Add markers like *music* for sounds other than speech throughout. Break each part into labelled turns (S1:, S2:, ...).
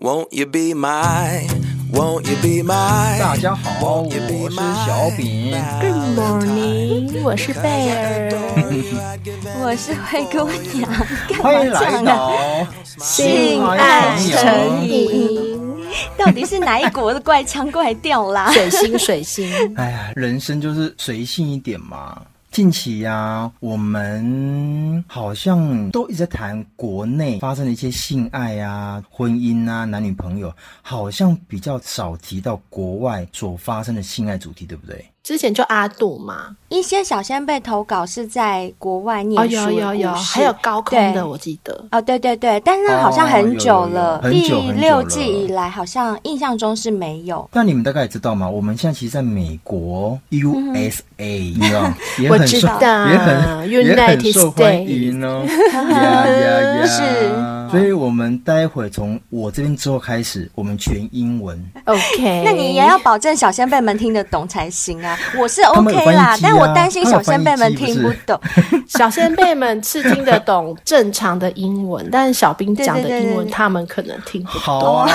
S1: Won't you be my? Won't you be
S2: 哎
S1: my?
S3: 大家好，我
S1: Won't you be
S3: 是
S1: my
S3: 小饼。
S4: Good
S1: Valentine?
S4: morning，我是
S1: Cause
S4: 贝
S1: I
S4: 尔，
S1: adore you, I'd give
S2: 我是灰姑娘，干
S3: 欢
S2: 嘛
S3: 迎来
S2: 讲啊？
S3: 到
S4: 性
S2: 爱
S4: 成
S3: 瘾。
S4: 瘾，
S2: 到底是哪一国的怪腔怪调啦？
S4: 水星水星，
S3: 哎呀，人生就是随性一点嘛。近期呀、我们好像都一直在谈国内发生的一些性爱啊、婚姻啊、男女朋友，好像比较少提到国外所发生的性爱主题，对不对？
S4: *laughs* 之前就阿杜嘛，
S2: 一些小先辈投稿是在国外
S4: 哦
S2: 念书
S4: 有
S2: 的故事、
S4: 有有，还有高空
S2: 对
S4: 的我记得，
S2: 哦，对对对，但是那好像很久了，
S3: 哦有有有很久很久
S2: 第六
S3: 了
S2: 季以来好像印象中是没有。
S3: 但你们大概也知道嘛，我们现在其实在美国 USA，、你知
S4: *laughs*
S3: 道也
S4: 我
S3: 很
S4: 知
S3: 受
S4: 道
S3: 也很也很
S4: United
S3: 受欢迎
S4: *laughs*
S3: 哦，呀呀呀！
S2: 是
S3: 所以我们待会从我这边之后开始，我们全英文。
S4: OK，
S2: 那你也
S4: *laughs*
S2: 要保证小先辈们听得懂才行啊！我是
S3: 他们有
S2: OK 啦，
S3: 翻译机啊
S2: 但我担心小先辈们
S3: 他们有翻译
S2: 听
S3: 机
S2: 不
S3: 不是
S2: 懂。
S4: 小先辈们是听得懂正常的英文，但是小兵讲的英文他们可能听不
S3: 好
S4: 懂。
S3: 啊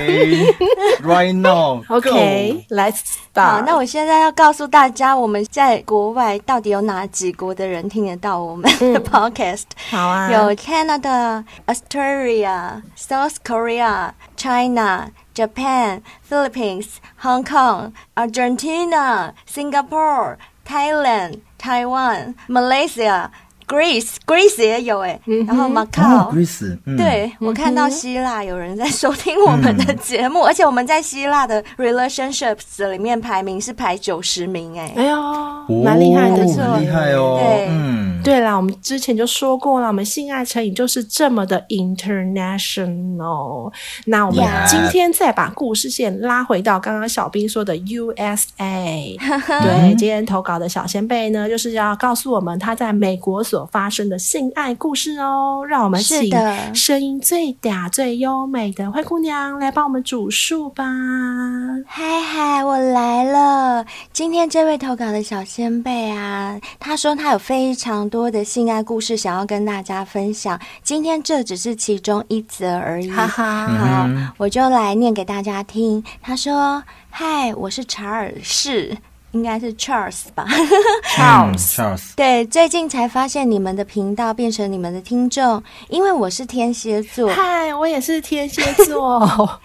S3: ，OK，right now，
S4: *laughs* OK，来 s t
S2: 好，那我现在要告诉大家，我们在国外到底有哪几国的人听得到我们的 podcast？、
S4: 好啊，
S2: 有 Canada、Australia、South Korea、China、Japan、Philippines、Hong Kong、Argentina、Singapore、Thailand、Taiwan、Malaysia、Greece、Greece 也有哎、然后 Macau、
S3: 嗯哦，Grace，嗯，，
S2: 对，我看到希腊有人在收听我们的节
S3: 嗯
S2: 目，而且我们在希腊的 relationships 里面排名是排九十名、哎，
S4: 哎呦，
S3: 哦，
S4: 蛮厉害的，
S2: 不错
S3: 很厉害哦
S2: 对，
S3: 嗯，
S4: 对啦，我们之前就说过了，我们性爱成瘾就是这么的 international。那我们
S3: Yeah
S4: 今天再把故事线拉回到刚刚小兵说的 USA。对，今天投稿的小先辈呢，就是要告诉我们他在美国所发生的性爱故事哦。让我们
S2: 是
S4: 请
S2: 的
S4: 声音最嗲、最优美的灰姑娘来帮我们主述吧。
S2: 嗨嗨，我来了。今天这位投稿的小先辈啊，他说他有非常多的性爱故事想要跟大家分享，今天这只是其中一则而已。
S4: 哈哈，
S2: 好
S3: 嗯，
S2: 我就来念给大家听。他说：“嗨，我是查尔士，应该是 Charles 吧。” *laughs*
S3: 嗯 Charles，
S2: 对，最近才发现你们的频道变成你们的听众，因为我是天蝎座，
S4: 嗨，我也是天蝎座。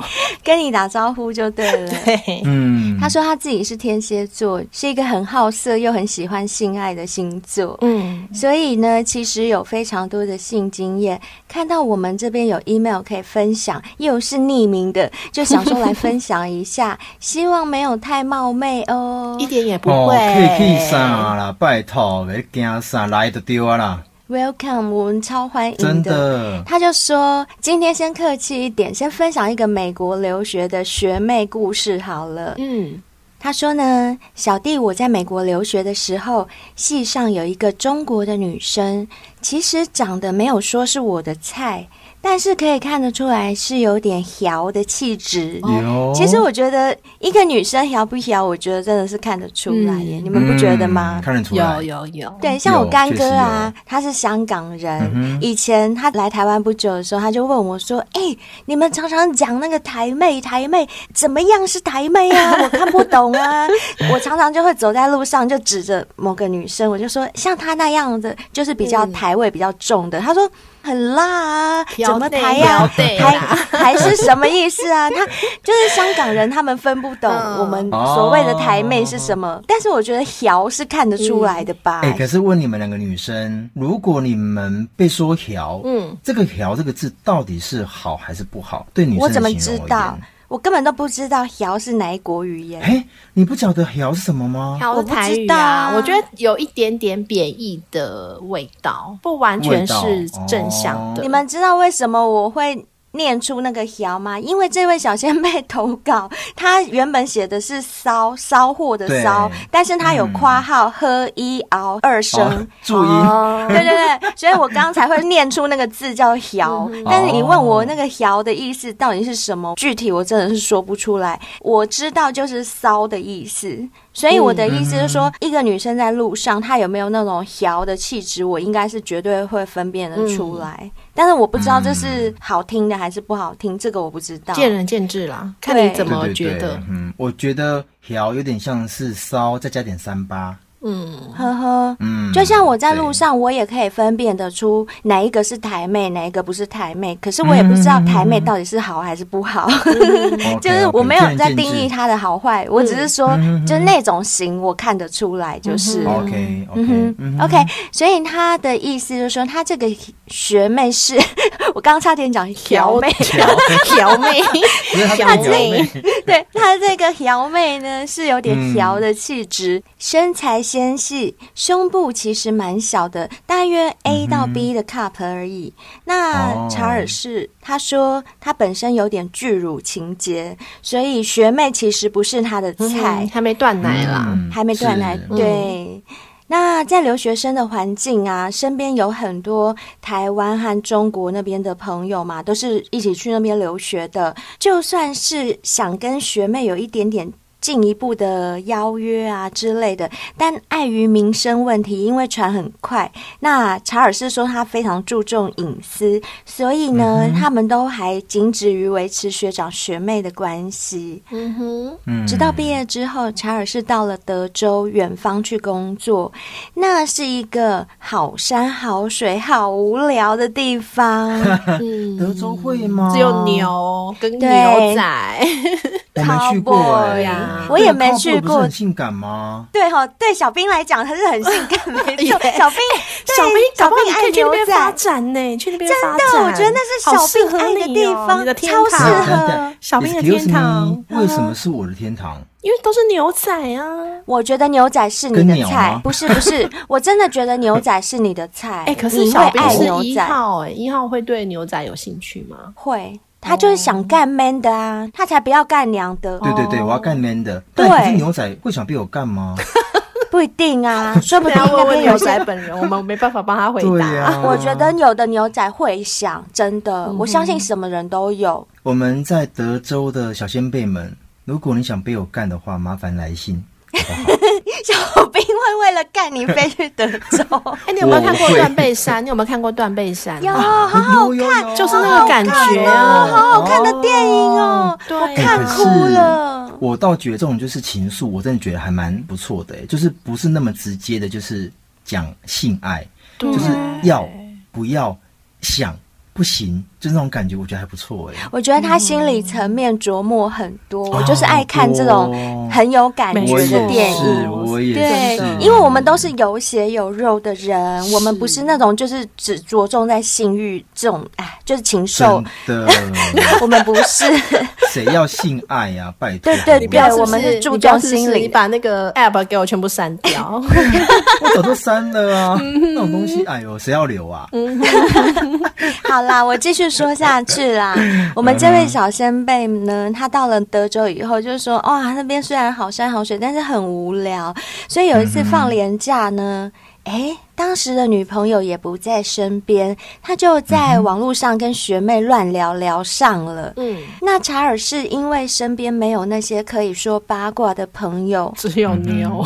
S2: 跟你打招呼就对了。
S4: 对，
S3: 嗯，
S2: 他说他自己是天蝎座，是一个很好色又很喜欢性爱的星座。
S4: 嗯，
S2: 所以呢，其实有非常多的性经验。看到我们这边有 email 可以分享，又是匿名的，就想说来分享一下， *laughs* 希望没有太冒昧哦。
S4: 一点也不
S3: 哦，
S4: 会。
S3: 可以啊去啥啦？拜托，别惊啥，来就对啊啦，
S2: Welcome，我们超欢迎
S3: 真的。
S2: 他就说：“今天先客气一点，先分享一个美国留学的学妹故事好了。
S4: 嗯，”
S2: 他说呢：“小弟我在美国留学的时候，系上有一个中国的女生，其实长得没有说是我的菜，但是可以看得出来是有点摇的气质。
S4: 哦
S3: 有，
S2: 哦其实我觉得一个女生摇不摇，我觉得真的是看得出来耶，
S4: 嗯
S2: 你们不觉得吗？
S3: 嗯看得出来，
S4: 有有有，
S2: 对，像我
S3: 有
S2: 干
S3: 确
S2: 哥
S3: 实
S2: 啊
S3: 有，
S2: 他是香港人，
S3: 嗯哼
S2: 以前他来台湾不久的时候，他就问我说：“哎、你们常常讲那个台妹，台妹怎么样是台妹
S3: *laughs*
S2: 啊？我看不懂啊。” *laughs* 我常常就会走在路上，就指着某个女生，我就说：“像她那样的，就是比较
S4: 嗯
S2: 台味比较重的。他说。很辣啊，怎么台呀、
S4: 呀？对
S2: 还还是什么意思啊？ *laughs* 他就是香港人，他们分不懂
S4: 嗯
S2: 我们
S3: 哦
S2: 所谓的台妹是什么。但是我觉得“摇”是看得出来的吧？
S3: 哎、可是问你们两个女生，如果你们被说调，
S4: 嗯，
S3: 这个调这个字到底是好还是不好？对女生
S2: 我
S3: 的
S2: 怎么
S3: 形
S2: 知
S3: 容而
S2: 道
S3: 言？
S2: 我根本都不知道“摇”是哪一国语言。
S3: 哎，你不晓得调是什么吗？
S4: 好
S2: 我
S4: 的
S2: 不
S4: 台
S2: 知
S4: 语
S2: 道
S4: 啊
S2: 啊，
S4: 我觉得有一点点贬义的味道，不完全是正
S3: 味
S4: 向
S3: 道哦
S4: 的。
S2: 你们知道为什么我会念出那个“摇”吗？因为这位小先辈 *laughs* 投稿，他原本写的是“骚”骚货的“骚
S3: 对”，
S2: 但是他有
S3: 嗯
S2: 括号“喝一熬二声
S3: 哦”，注音、
S4: 哦，
S2: 对对对，所以我刚才会念出那个字叫“摇”，但是你问我那个“摇”的意思到底是什么，具体我真的是说不出来。我知道就是“骚”的意思，所以我的意思是说，一个女生在路上，她有没有那种摇的气质，我应该是绝对会分辨得出来。但是我不知道这是好听的还是不好听，这个我不知道。
S5: 见仁见智啦，看
S2: 对
S5: 你怎
S3: 对
S5: 么
S3: 对
S5: 觉得
S3: 对。嗯，我觉得调有点像是烧，再加点三八。
S5: 嗯，
S2: 呵呵，
S3: 嗯，
S2: 就像我在
S3: 对
S2: 路，上，我也可以分辨得出哪一个是台妹，哪一个不是台妹。可是我也不知道台妹到底是好还是不好，嗯 *laughs* 就是我没有在定义
S3: 它。
S2: 她的好坏，我只是说，就那种型我看得出来，就是了。
S3: OK
S2: 嗯嗯
S3: OK，
S2: 哼，OK，所以他的意思就是说，他这个学妹是， *laughs* 我刚刚差点讲调妹，
S5: *laughs* 调妹，
S3: 因
S2: 哦
S3: 为它
S5: 小
S3: 是
S5: 妹
S3: 妹，
S2: *laughs* 对她这个调妹呢是有点调的气质，身材纤细，胸部其实蛮小的，大约 A 到 B 的 cup 而已。那
S3: 哦
S2: 查尔士他说他本身有点巨乳情节，所以学妹其实不是他的菜。
S5: 嗯还没断奶啦。
S3: 嗯
S2: 还没断奶，
S3: 是嗯
S2: 对。那在留学生的环境啊，身边有很多台湾和中国那边的朋友嘛，都是一起去那边留学的。就算是想跟学妹有一点点进一步的邀约啊之类的，但碍于民生问题，因为传很快，那查尔斯说他非常注重隐私，所以呢，
S3: 嗯
S2: 他们都还仅止于维持学长学妹的关系。
S5: 嗯
S2: 哦
S5: 哼，
S3: 嗯
S2: 直到毕业之后，查尔是到了德州远方去工作，那是一个好山好水、好无聊的地方。
S5: *laughs*
S3: 德
S5: 嗯，
S3: 州会吗？
S5: 只有，牛跟牛
S2: 对
S5: 仔，
S3: 我没去过
S2: Cowboy
S3: 哎
S5: 啊，
S2: 我也没去过
S3: 那个 cowboy 不是很性感
S2: *laughs*
S3: 吗？
S2: 对哈、对小兵来讲，他是很性感，没
S5: *laughs*
S2: 错。
S5: Yeah
S2: 小兵，对
S5: 小兵，搞
S2: 小
S5: 不好你
S2: 兵
S5: 可
S2: 爱
S5: 以去那
S2: 牛
S5: 边发
S2: 仔，
S5: 展呢，去那边
S2: 真
S5: 发
S2: 的，
S5: 展。
S2: 我觉得那是
S5: 好
S2: 小
S5: 适
S2: 兵
S5: 合
S2: 爱的
S5: 你
S2: 地
S5: 哦
S2: 方，
S5: 你的天
S2: 超适
S5: 堂
S3: 啊
S2: 合。
S3: 等等
S5: 小兵的
S3: Excuse
S5: 天堂
S3: me，为什么是我的天堂？
S5: 因为都是牛仔啊。
S2: 我觉得牛仔是你
S3: 跟
S2: 的
S3: 鸟
S2: 菜
S3: 吗，
S2: 不是不是，我真的觉得牛仔是你的菜。
S5: 哎，可是
S2: 你会
S5: 小兵
S2: 爱
S5: 是
S2: 牛
S5: 一
S2: 仔，
S5: 号，哎，一号会对牛仔有兴趣 *laughs* 吗？
S2: 会，他就是想干 man 的啊，他才不要干娘的。
S5: 哦
S3: 对对对，我要干 man 的。
S2: 哦对
S3: 但可是牛仔会想被我干吗？
S2: 不一
S5: *laughs*
S2: 定啊，说不
S5: 不
S2: 定
S5: 要
S2: 那
S5: 问
S2: 边
S5: 问
S2: 有
S5: 牛
S2: 些
S5: 仔本人，我们没办法帮他回
S3: 对啊
S5: 答。
S3: 呀，
S2: 啊我觉得有的牛仔会想，真
S3: 嗯
S2: 的，我相信什么人都有。 *laughs*
S3: 我们在德州的小先辈们，如果你想被我干的话，麻烦来信。
S2: 小兵会为了干你飞去德
S3: *laughs*
S2: 州，
S5: 哎，你有没有看过
S3: 我会
S5: 断背山？ *laughs* 你有没有看过断背山？啊
S2: 有好
S3: 哎
S2: 好看，
S5: 就是那个感觉啊
S2: 好好看的电影哦，
S5: 对
S2: 我
S5: 啊
S2: 看哭了。
S3: 哎我倒觉得这种就是情愫，我真的觉得还蛮不错的、欸，就是不是那么直接的，就是讲性爱，
S5: 对
S3: 就是要
S2: 哎
S3: 不要想不行，就那种感觉，我觉得还不错哎、
S2: 我觉得他心理层面琢磨很多，我就是
S3: 哦
S2: 爱看这种很有感
S5: 没
S2: 觉
S3: 我
S2: 的
S3: 也
S2: 电
S5: 错
S2: 影
S3: 是，。我也
S2: 对
S3: 是，啊
S5: 真的，
S2: 因为我们都是有血有肉的人，我们不是那种就是只着重在性欲这种，哎，就是禽兽
S3: 真，的，
S2: 我们不是。
S3: 谁要性爱呀、拜托，
S2: 对对
S5: 你不要
S2: 对
S5: 是
S2: 我
S5: 不
S2: 们
S5: 是
S2: 是注
S5: 你不要
S2: 重
S5: 是不是
S2: 心灵
S5: 你把那个 app 给我全部删 *laughs* 掉。
S3: 我早就删了啊，
S2: 嗯
S3: 那种东西，哎呦，谁要留啊？
S2: 好啦，我继续说下去啦。我们这位小先辈呢，他到了德州以后，就是说，哇，那边虽然好山好水，但是很无聊。所以有一次放年假呢，诶，当时的女朋友也不在身边，他就在网络上跟学妹乱聊聊上了。
S5: 嗯，
S2: 那查尔是因为身边没有那些可以说八卦的朋友，
S5: 只有牛。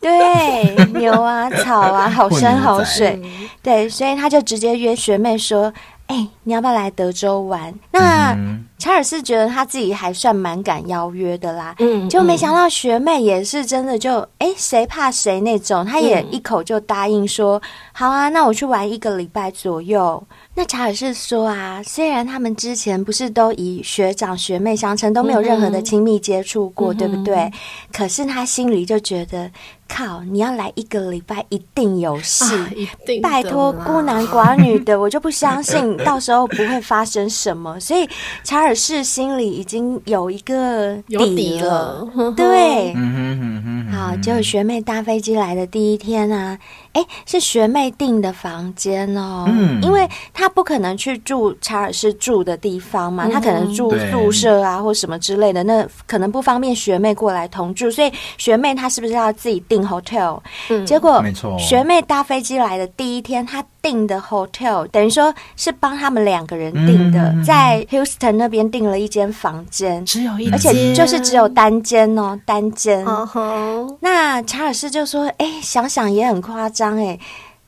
S2: 对，牛啊、草啊，好山好水
S5: 或牛，
S2: 对，所以他就直接约学妹说：“哎、你要不要来德州玩？”那、查尔斯觉得他自己还算蛮敢邀约的啦，
S5: 嗯
S2: 就没想到学妹也是真的就哎谁、怕谁那种，她也一口就答应说、好啊，那我去玩一个礼拜左右。那查尔斯说啊，虽然他们之前不是都以学长学妹相称，都没有任何的亲密接触
S5: 嗯
S2: 过，对不对？可是他心里就觉得，靠，你要来一个礼拜一定有戏。
S5: 啊一定的啦
S2: 拜托，孤男寡女的，我就不相信到时候不会发生什么。所以查尔斯心里已经有一个
S5: 有底
S2: 了
S5: 了，
S2: 对。
S3: 嗯哼哼哼哼，
S2: 好，结果学妹搭飞机来的第一天啊，哎，是学妹订的房间哦，
S3: 嗯
S2: 因为她不可能去住查尔斯住的地方嘛，她可能住
S3: 嗯对
S2: 宿舍啊或什么之类的，那可能不方便学妹过来同住，所以学妹她是不是要自己订 hotel？、
S5: 嗯
S2: 结果
S3: 没错
S2: 学妹搭飞机来的第一天，她订的 hotel 等于说是帮他们两个人订的，
S3: 嗯
S2: 在 Houston 那边订了一间房间，
S5: 只有一
S2: 而且
S5: 间
S2: 就是只有单间哦，单间。
S5: 嗯哼，
S2: 那查尔斯就说：“哎、想想也很夸张哎，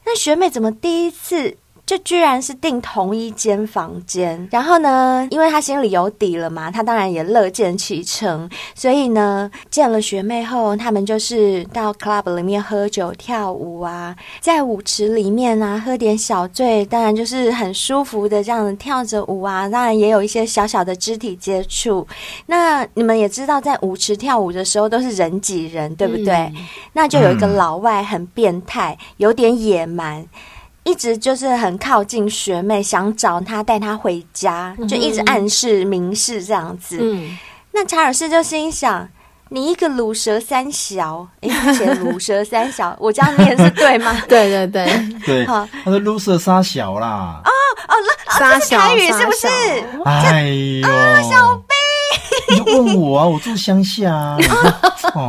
S2: 那学妹怎么第一次就居然是订同一间房间？然后呢，因为他心里有底了嘛，他当然也乐见其成。所以呢，见了学妹后，他们就是到 club 里面喝酒跳舞啊，在舞池里面啊喝点小醉，当然就是很舒服的这样子跳着舞啊，当然也有一些小小的肢体接触。那你们也知道，在舞池跳舞的时候都是人挤人，对不对？那就有一个
S5: 嗯
S2: 老外很变态，有点野蛮。一直就是很靠近学妹，想找她带她回家，就一直暗示、明示这样子。
S5: 嗯，
S2: 那查尔斯就心想：“你一个卤蛇三小，诶，他写卤蛇三
S5: *laughs*
S2: 小，我这样念是对吗？”
S5: 对对对， *laughs*
S3: 对，
S2: 好哦
S3: 他说 loser 杀小啦，
S5: 沙
S2: 是
S5: 小
S2: 台语
S5: 沙
S2: 是不是
S5: 小？
S3: 哎呦，
S2: 啊
S3: 小兵，你就问我啊，我住乡下啊，
S2: *laughs*
S3: 你就哦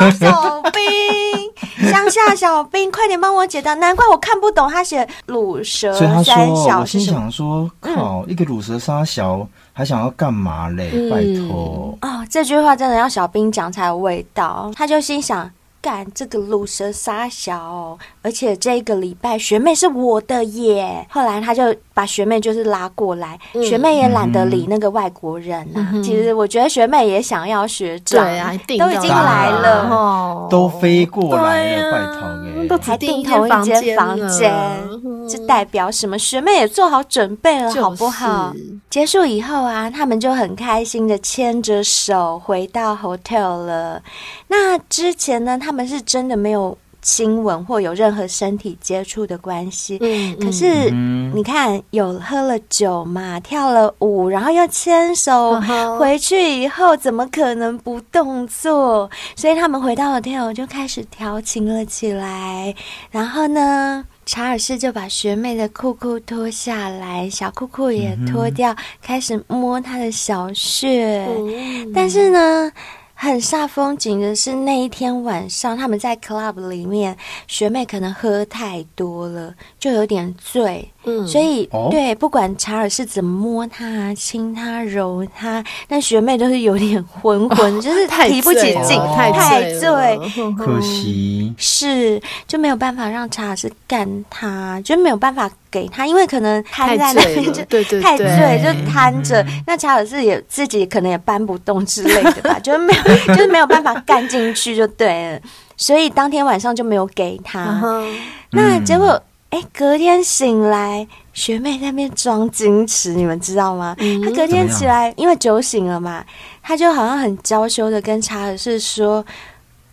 S2: 啊小兵，乡下小兵，快点帮我解答！难怪我看不懂他写卤蛇
S3: 所以他
S2: 三
S3: 说，
S2: 小
S3: 我
S2: 是
S3: 心
S2: 什么。
S3: 想说，
S2: 嗯
S3: 靠，一个乳蛇杀小，还想要干嘛嘞？
S5: 嗯
S3: 拜托，
S2: 哦，这句话真的要小兵讲才有味道。他就心想。干这个卤蛇傻小哦、而且这个礼拜学妹是我的耶。后来他就把学妹就是拉过来，
S5: 嗯
S2: 学妹也懒得理那个外国人啊。其实我觉得学妹也想要学长，
S5: 对啊，一定
S2: 都
S5: 的
S2: 已经来
S3: 当然
S2: 了，
S4: 啊
S5: 哦
S3: 都飞过来了，
S5: 对
S3: 拜
S5: 啊
S3: 托哎
S5: 都
S3: 嘞。
S2: 还
S5: 只
S2: 订
S5: 订
S2: 同一间
S5: 间
S2: 房间
S5: 了，
S2: 这代表什么？学妹也做好准备了，
S5: 就是
S2: 好不好？结束以后啊，他们就很开心的牵着手回到 hotel 了。那之前呢，他们是真的没有亲吻或有任何身体接触的关系。
S5: 嗯，
S2: 可是、
S3: 嗯
S2: 你看，有喝了酒嘛，跳了舞，然后又牵手
S5: 嗯，
S4: 哦
S5: 哼
S2: 回去以后怎么可能不动作？所以他们回到 hotel 就开始调情了起来。然后呢，查尔斯就把学妹的裤裤脱下来，小裤裤也脱掉，开始摸她的小穴。
S5: 嗯
S2: 但是呢，很煞风景的是那一天晚上，他们在 club 里面，学妹可能喝太多了，就有点醉，
S5: 嗯
S2: 所以、
S3: 哦
S2: 对，不管查尔斯怎么摸她、亲她、揉她，那学妹都是有点昏昏，就是
S5: 啊太
S2: 提不起
S5: 醉了
S2: 劲，
S3: 哦
S5: 太
S2: 太
S5: 醉
S2: 醉
S5: 了，哼哼
S3: 可惜，
S2: 是就没有办法让查尔斯干他，就没有办法给他，因为可能瘫
S5: 太
S2: 在那
S5: 醉
S2: 边
S5: 了
S2: *laughs*
S5: 嗯
S2: 就
S5: 对对
S2: 太
S5: 对
S2: 醉就瘫着。那查尔斯也自己可能也搬不动之类的
S5: *laughs*
S2: 吧，就是没有就是没有办法干进去就对了，所以当天晚上就没有给
S5: 嗯
S2: 他。
S5: 哼
S2: 那结果哎、隔天醒来，学妹在那边装矜持，你们知道吗？
S5: 嗯
S2: 她隔天起来，因为酒醒了嘛，她就好像很娇羞的跟查尔斯说：“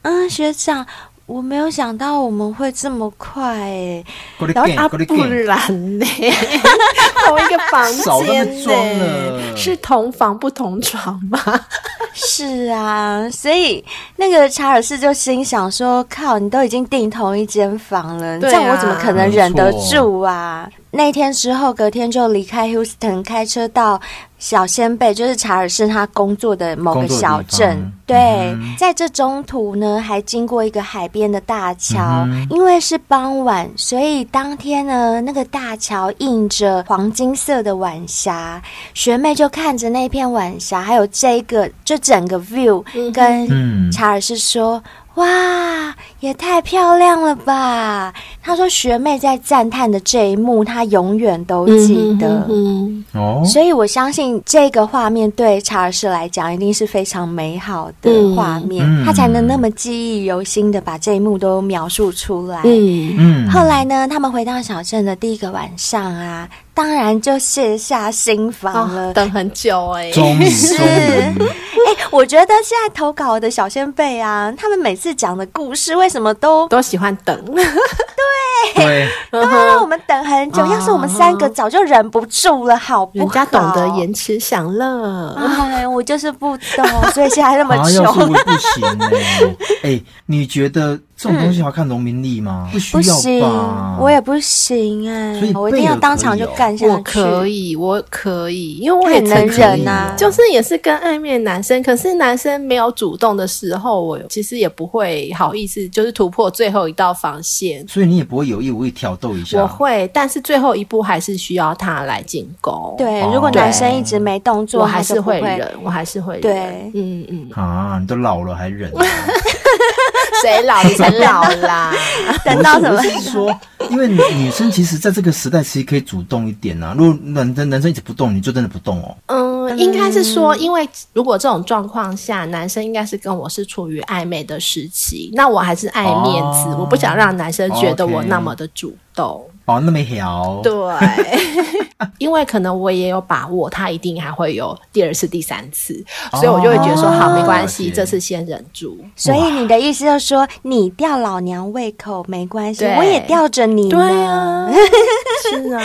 S2: 嗯，学长，我没有想到我们会这么快欸诶、
S3: 过来
S2: 然后
S3: 干，
S5: 啊，
S3: 过来
S5: 不
S3: 干，
S5: 然呢？ *laughs* 同一个房
S3: 少在那
S5: 间
S3: 边装
S5: 呢？
S3: 了
S5: 是同房不同床吗？
S2: 是啊，所以那个查尔斯就心想说：“靠，你都已经订同一间房了，这
S5: 对啊
S2: 样我怎么可能忍得
S3: 没
S2: 住
S3: 错
S2: 啊？”那天之后，隔天就离开 Houston，开车到小仙贝，就是查尔斯他工作的某个
S3: 工作的地
S2: 小
S3: 方
S2: 镇。对，
S3: 嗯
S2: 在这中途呢，还经过一个海边的大桥，
S3: 嗯
S2: 因为是傍晚，所以当天呢，那个大桥映着黄金色的晚霞，学妹就看着那片晚霞，还有这个这整个 view，
S5: 嗯哼
S2: 跟
S3: 嗯
S2: 查尔斯说：“哇，也太漂亮了吧！”他说学妹在赞叹的这一幕，她永远都记得。
S5: 嗯
S3: 哦，
S2: 所以我相信这个画面对查尔斯来讲一定是非常美好的画面，
S3: 嗯嗯
S2: 他才能那么记忆犹新的把这一幕都描述出来。
S4: 哎
S5: 嗯
S3: 嗯，
S2: 后来呢，他们回到小镇的第一个晚上啊，当然就卸下心防了。
S5: 哦，等很久哎，
S3: 终于，终
S2: *laughs*
S3: 于，
S2: 哎、我觉得现在投稿的小先辈啊，他们每次讲的故事为什么都
S5: 都喜欢等，嗯
S3: 对，
S4: 呵
S2: 对啊，我
S4: 呵，
S2: 们等很久，要是我们三个早就忍不住了，好不好？
S4: *laughs* 人家懂得延迟享乐。
S2: 哎，我就是不懂，所以现
S3: *laughs*
S2: 在那么
S3: 啊，要是我
S2: 穷。
S3: 不行呢、
S2: *laughs*
S3: 哎，你觉得这种东西还要看农民力吗？不需
S2: 嗯不行
S3: 要吧？，
S2: 我也不行哎、
S3: 所以
S2: 我一定要
S3: 贝尔
S2: 当
S3: 可
S2: 场
S3: 以
S2: 就
S3: 哦
S2: 干下去。
S6: 我可以，我可以，因为我
S2: 他
S6: 也
S2: 很
S6: 曾
S2: 能
S6: 经
S2: 忍啊，
S4: 就是也是跟暧昧的男生，可是男生没有主动的时候，我其实也不会好意思，就是突破最后一道防线。
S3: 所以你也不会有意无意挑逗一
S2: 啊
S3: 下。
S4: 我会，但是最后一步还是需要他来进攻。，
S2: 对
S3: 哦，
S2: 如果男生
S3: 对
S2: 一直没动作，
S4: 我还
S2: 是
S4: 是
S2: 不
S4: 会
S2: 会
S4: 忍，我还是会忍。
S2: 对
S4: 嗯嗯，
S3: 啊，你都老了还忍、啊
S4: 谁老你才老
S2: *laughs*
S4: 啦？
S2: *laughs* 等到什
S3: 我 *laughs*
S2: 么
S3: 是？我是说，因为女女生其实在这个时代其实可以主动一点啊。如果男男男生一直不动，你就真的不动哦。
S4: 嗯，应该是说，因为如果这种状况下，男生应该是跟我是处于暧昧的时期，那我还是爱面子，
S3: 哦
S4: 我不想让男生觉得我
S3: OK
S4: 那么的主动。
S3: 哦，那么调，
S4: 对， *laughs* 因为可能我也有把握，他一定还会有第二次、第三次，
S3: 哦
S4: 所以我就会觉得说，好，没关
S3: 了
S4: 系，
S3: 解
S4: 这次先忍住。
S2: 所以你的意思就是说，你吊老娘胃口没关系，
S4: 对
S2: 我也吊着你呢。
S4: 对啊， *laughs* 是啊，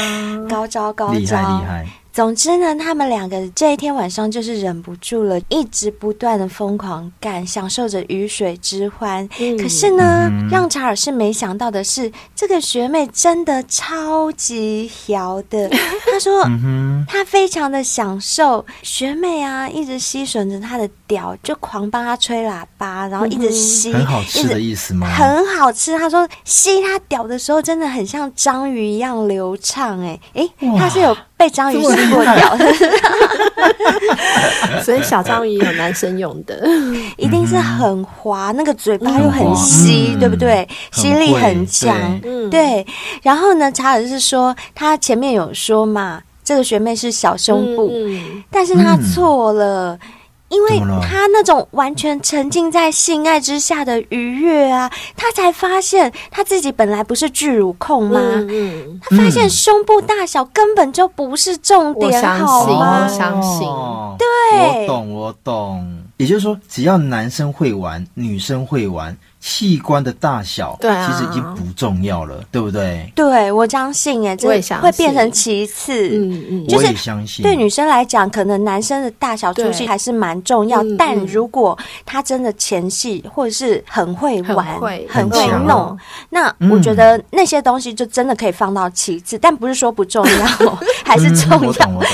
S2: 高招高
S3: 厉害
S2: 招
S3: 厉！害。
S2: 总之呢，他们两个这一天晚上就是忍不住了，一直不断的疯狂干，享受着鱼水之欢。
S4: 嗯
S2: 可是呢，
S3: 嗯
S2: 让查尔斯没想到的是，这个学妹真的超级调
S3: *laughs*
S2: 的。她说：“
S3: 嗯
S2: 他非常的享受学妹啊，一直吸吮着他的屌，就狂帮他吹喇叭，然后一直吸，
S3: 哼，嗯很好吃的
S2: 一直
S3: 意思吗？
S2: 很好吃。他说吸他屌的时候，真的很像章鱼一样流畅、哎哎，
S3: 哇
S2: 他是有被章鱼
S3: 这么
S2: 吸过
S3: 厉害
S2: 屌的，
S4: 所以小章鱼有男生用的， *laughs*
S2: 一定是很滑，那个嘴巴又很吸，
S3: 嗯
S2: 对不对？
S3: 很
S2: 吸力
S3: 会
S2: 很强，
S3: 对
S4: 嗯，
S2: 对，然后呢，查尔是说他前面有说嘛，这个学妹是小胸部，
S4: 嗯
S2: 但是他错了。因为
S3: 嗯怎么了
S2: 他那种完全沉浸在性爱之下的愉悦啊，他才发现他自己本来不是巨乳控吗？
S4: 嗯嗯，
S2: 他发现胸部大小根本就不是重
S4: 我
S2: 点，
S4: 相
S2: 好
S4: 信我？
S2: 吗
S4: 相信
S3: 哦
S2: 对
S3: 我懂，我懂。也就是说，只要男生会玩，女生会玩，器官的大小，
S4: 对啊
S3: 其实已经不重要了，对不对？
S2: 对我相信哎、
S4: 我也
S2: 这
S4: 相信
S2: 会变成其次。
S4: 嗯嗯，
S2: 就是
S3: 我也相信。
S2: 对女生来讲，可能男生的大小出
S4: 对
S2: 戏还是蛮重要，
S4: 嗯
S2: 但
S4: 嗯
S2: 如果他真的前戏或者是很会
S4: 很
S2: 玩、
S4: 会嗯
S2: 很
S3: 很
S2: 会
S3: 强
S2: 弄，那我觉得那些东西就真的可以放到其次，但不是说不
S4: *laughs*
S2: 重要，还是重
S3: 嗯我
S2: 要
S3: 懂，。我懂。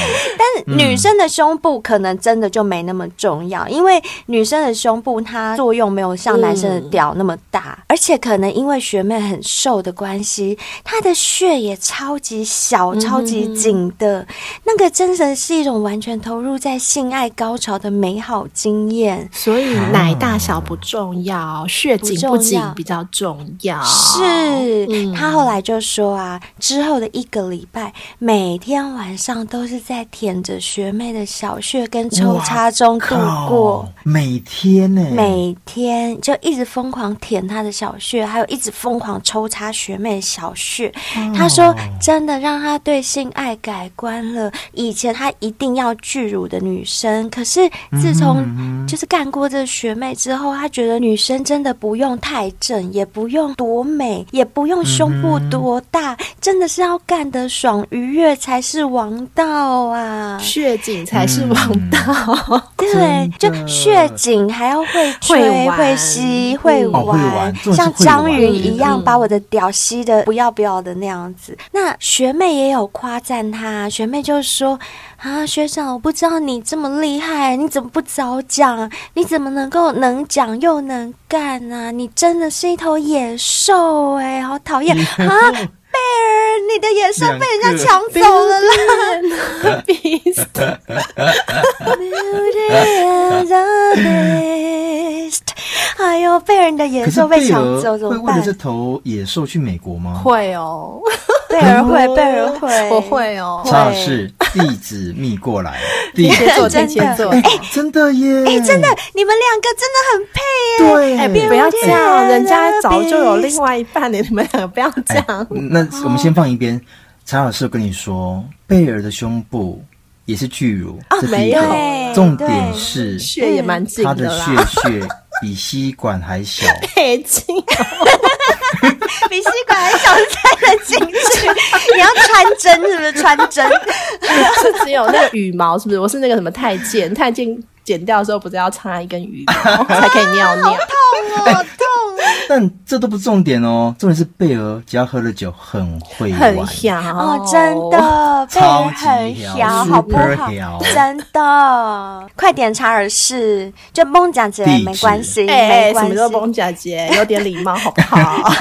S2: 但女生的胸部可能真的就没那么重要，因为女生的胸部它作用没有像男生的屌那么大，而且可能因为学妹很瘦的关系，她的血也超级小、超级紧的，那个真的是一种完全投入在性爱高潮的美好经验。
S4: 所以奶大小不重要，血紧不紧比较重要。
S2: 是、
S4: 嗯
S2: 他后来就说啊，之后的一个礼拜，每天晚上都是在舔着学妹的小穴跟抽插中度过
S3: 靠。，每天呢、
S2: 每天就一直疯狂舔她的小穴，还有一直疯狂抽插学妹的小穴。他说，真的让他对性爱改观了。以前他一定要巨乳的女生，可是自
S3: 嗯
S2: 从就是干过这学妹之后，他觉得女生真的不用太正，也不用多美，也不用胸部多大，真的是要干得爽愉悦才是王道啊！
S4: 血紧才是王道，
S2: 对，就
S3: 真的
S2: 血井还要会吹、
S4: 会玩
S2: 会吸、会
S3: 哦会玩重点是
S2: 像
S3: 会
S2: 章
S3: 玩
S2: 鱼一样
S4: 嗯
S2: 把我的屌吸的不要不要的那样子。那学妹也有夸赞他，学妹就说：“啊，学长，我不知道你这么厉害，你怎么不早讲？你怎么能够能讲又能干啊？你真的是一头野兽哎、好
S3: *laughs*
S2: 讨厌啊！贝尔，你的野兽被人家抢走了啦！”
S4: 嗯 *laughs* 逼死
S2: Beauty and the Beast 哎呦，贝尔你的野
S3: 可是
S2: 兽被
S3: 贝
S2: 抢
S3: 尔
S2: 走怎
S3: 会
S2: 么
S3: 为了
S2: 办？
S3: 这头野兽去美国吗？
S4: 会哦，
S2: 贝尔会，贝尔会，
S4: 我。会哦，
S3: 查尔斯地址密过
S2: *laughs*
S3: 来，地
S4: 天蝎座，
S2: 真
S4: 天
S2: 的
S4: 蝎座，
S3: 哎、真的耶！
S2: 哎，真的，你们两个真的很配耶！
S3: 对，
S4: 哎，不要这样，人家早就有另外一半了，你们两个不要这样。
S3: 哎那我们先放一边。查老师有跟你说，贝尔的胸部也是巨乳，
S2: 啊
S3: 这第一
S4: 没
S3: 个
S2: 有
S3: 重
S2: 对
S3: 点是
S4: 血也蛮紧
S3: 他
S4: 的
S3: 的血
S4: 啦，
S3: 血比吸管还小。
S4: 太近，
S2: 比吸管还小，在穿针是不是穿针？
S4: 是只有那个羽毛，是不是？我是那个什么太监，太监剪掉的时候不是要插一根 *laughs* 羽毛才可以尿尿？
S2: 痛哦，痛！
S3: 但这都不重点哦，重点是贝儿只要喝了酒很会玩，
S4: 很小
S2: 哦，真。的，贝
S3: 超
S2: 尔
S3: 级
S2: 很
S3: 摇
S2: 小，好不
S3: super
S2: 好
S3: 摇？
S2: 真的，快点查尔氏，就梦讲起来
S3: 地
S2: 没
S3: 址
S2: 关系，
S4: 哎、
S2: 没
S4: 什
S2: 关
S4: 么
S2: 系。
S4: 叫翁姐姐？有点礼貌好不好？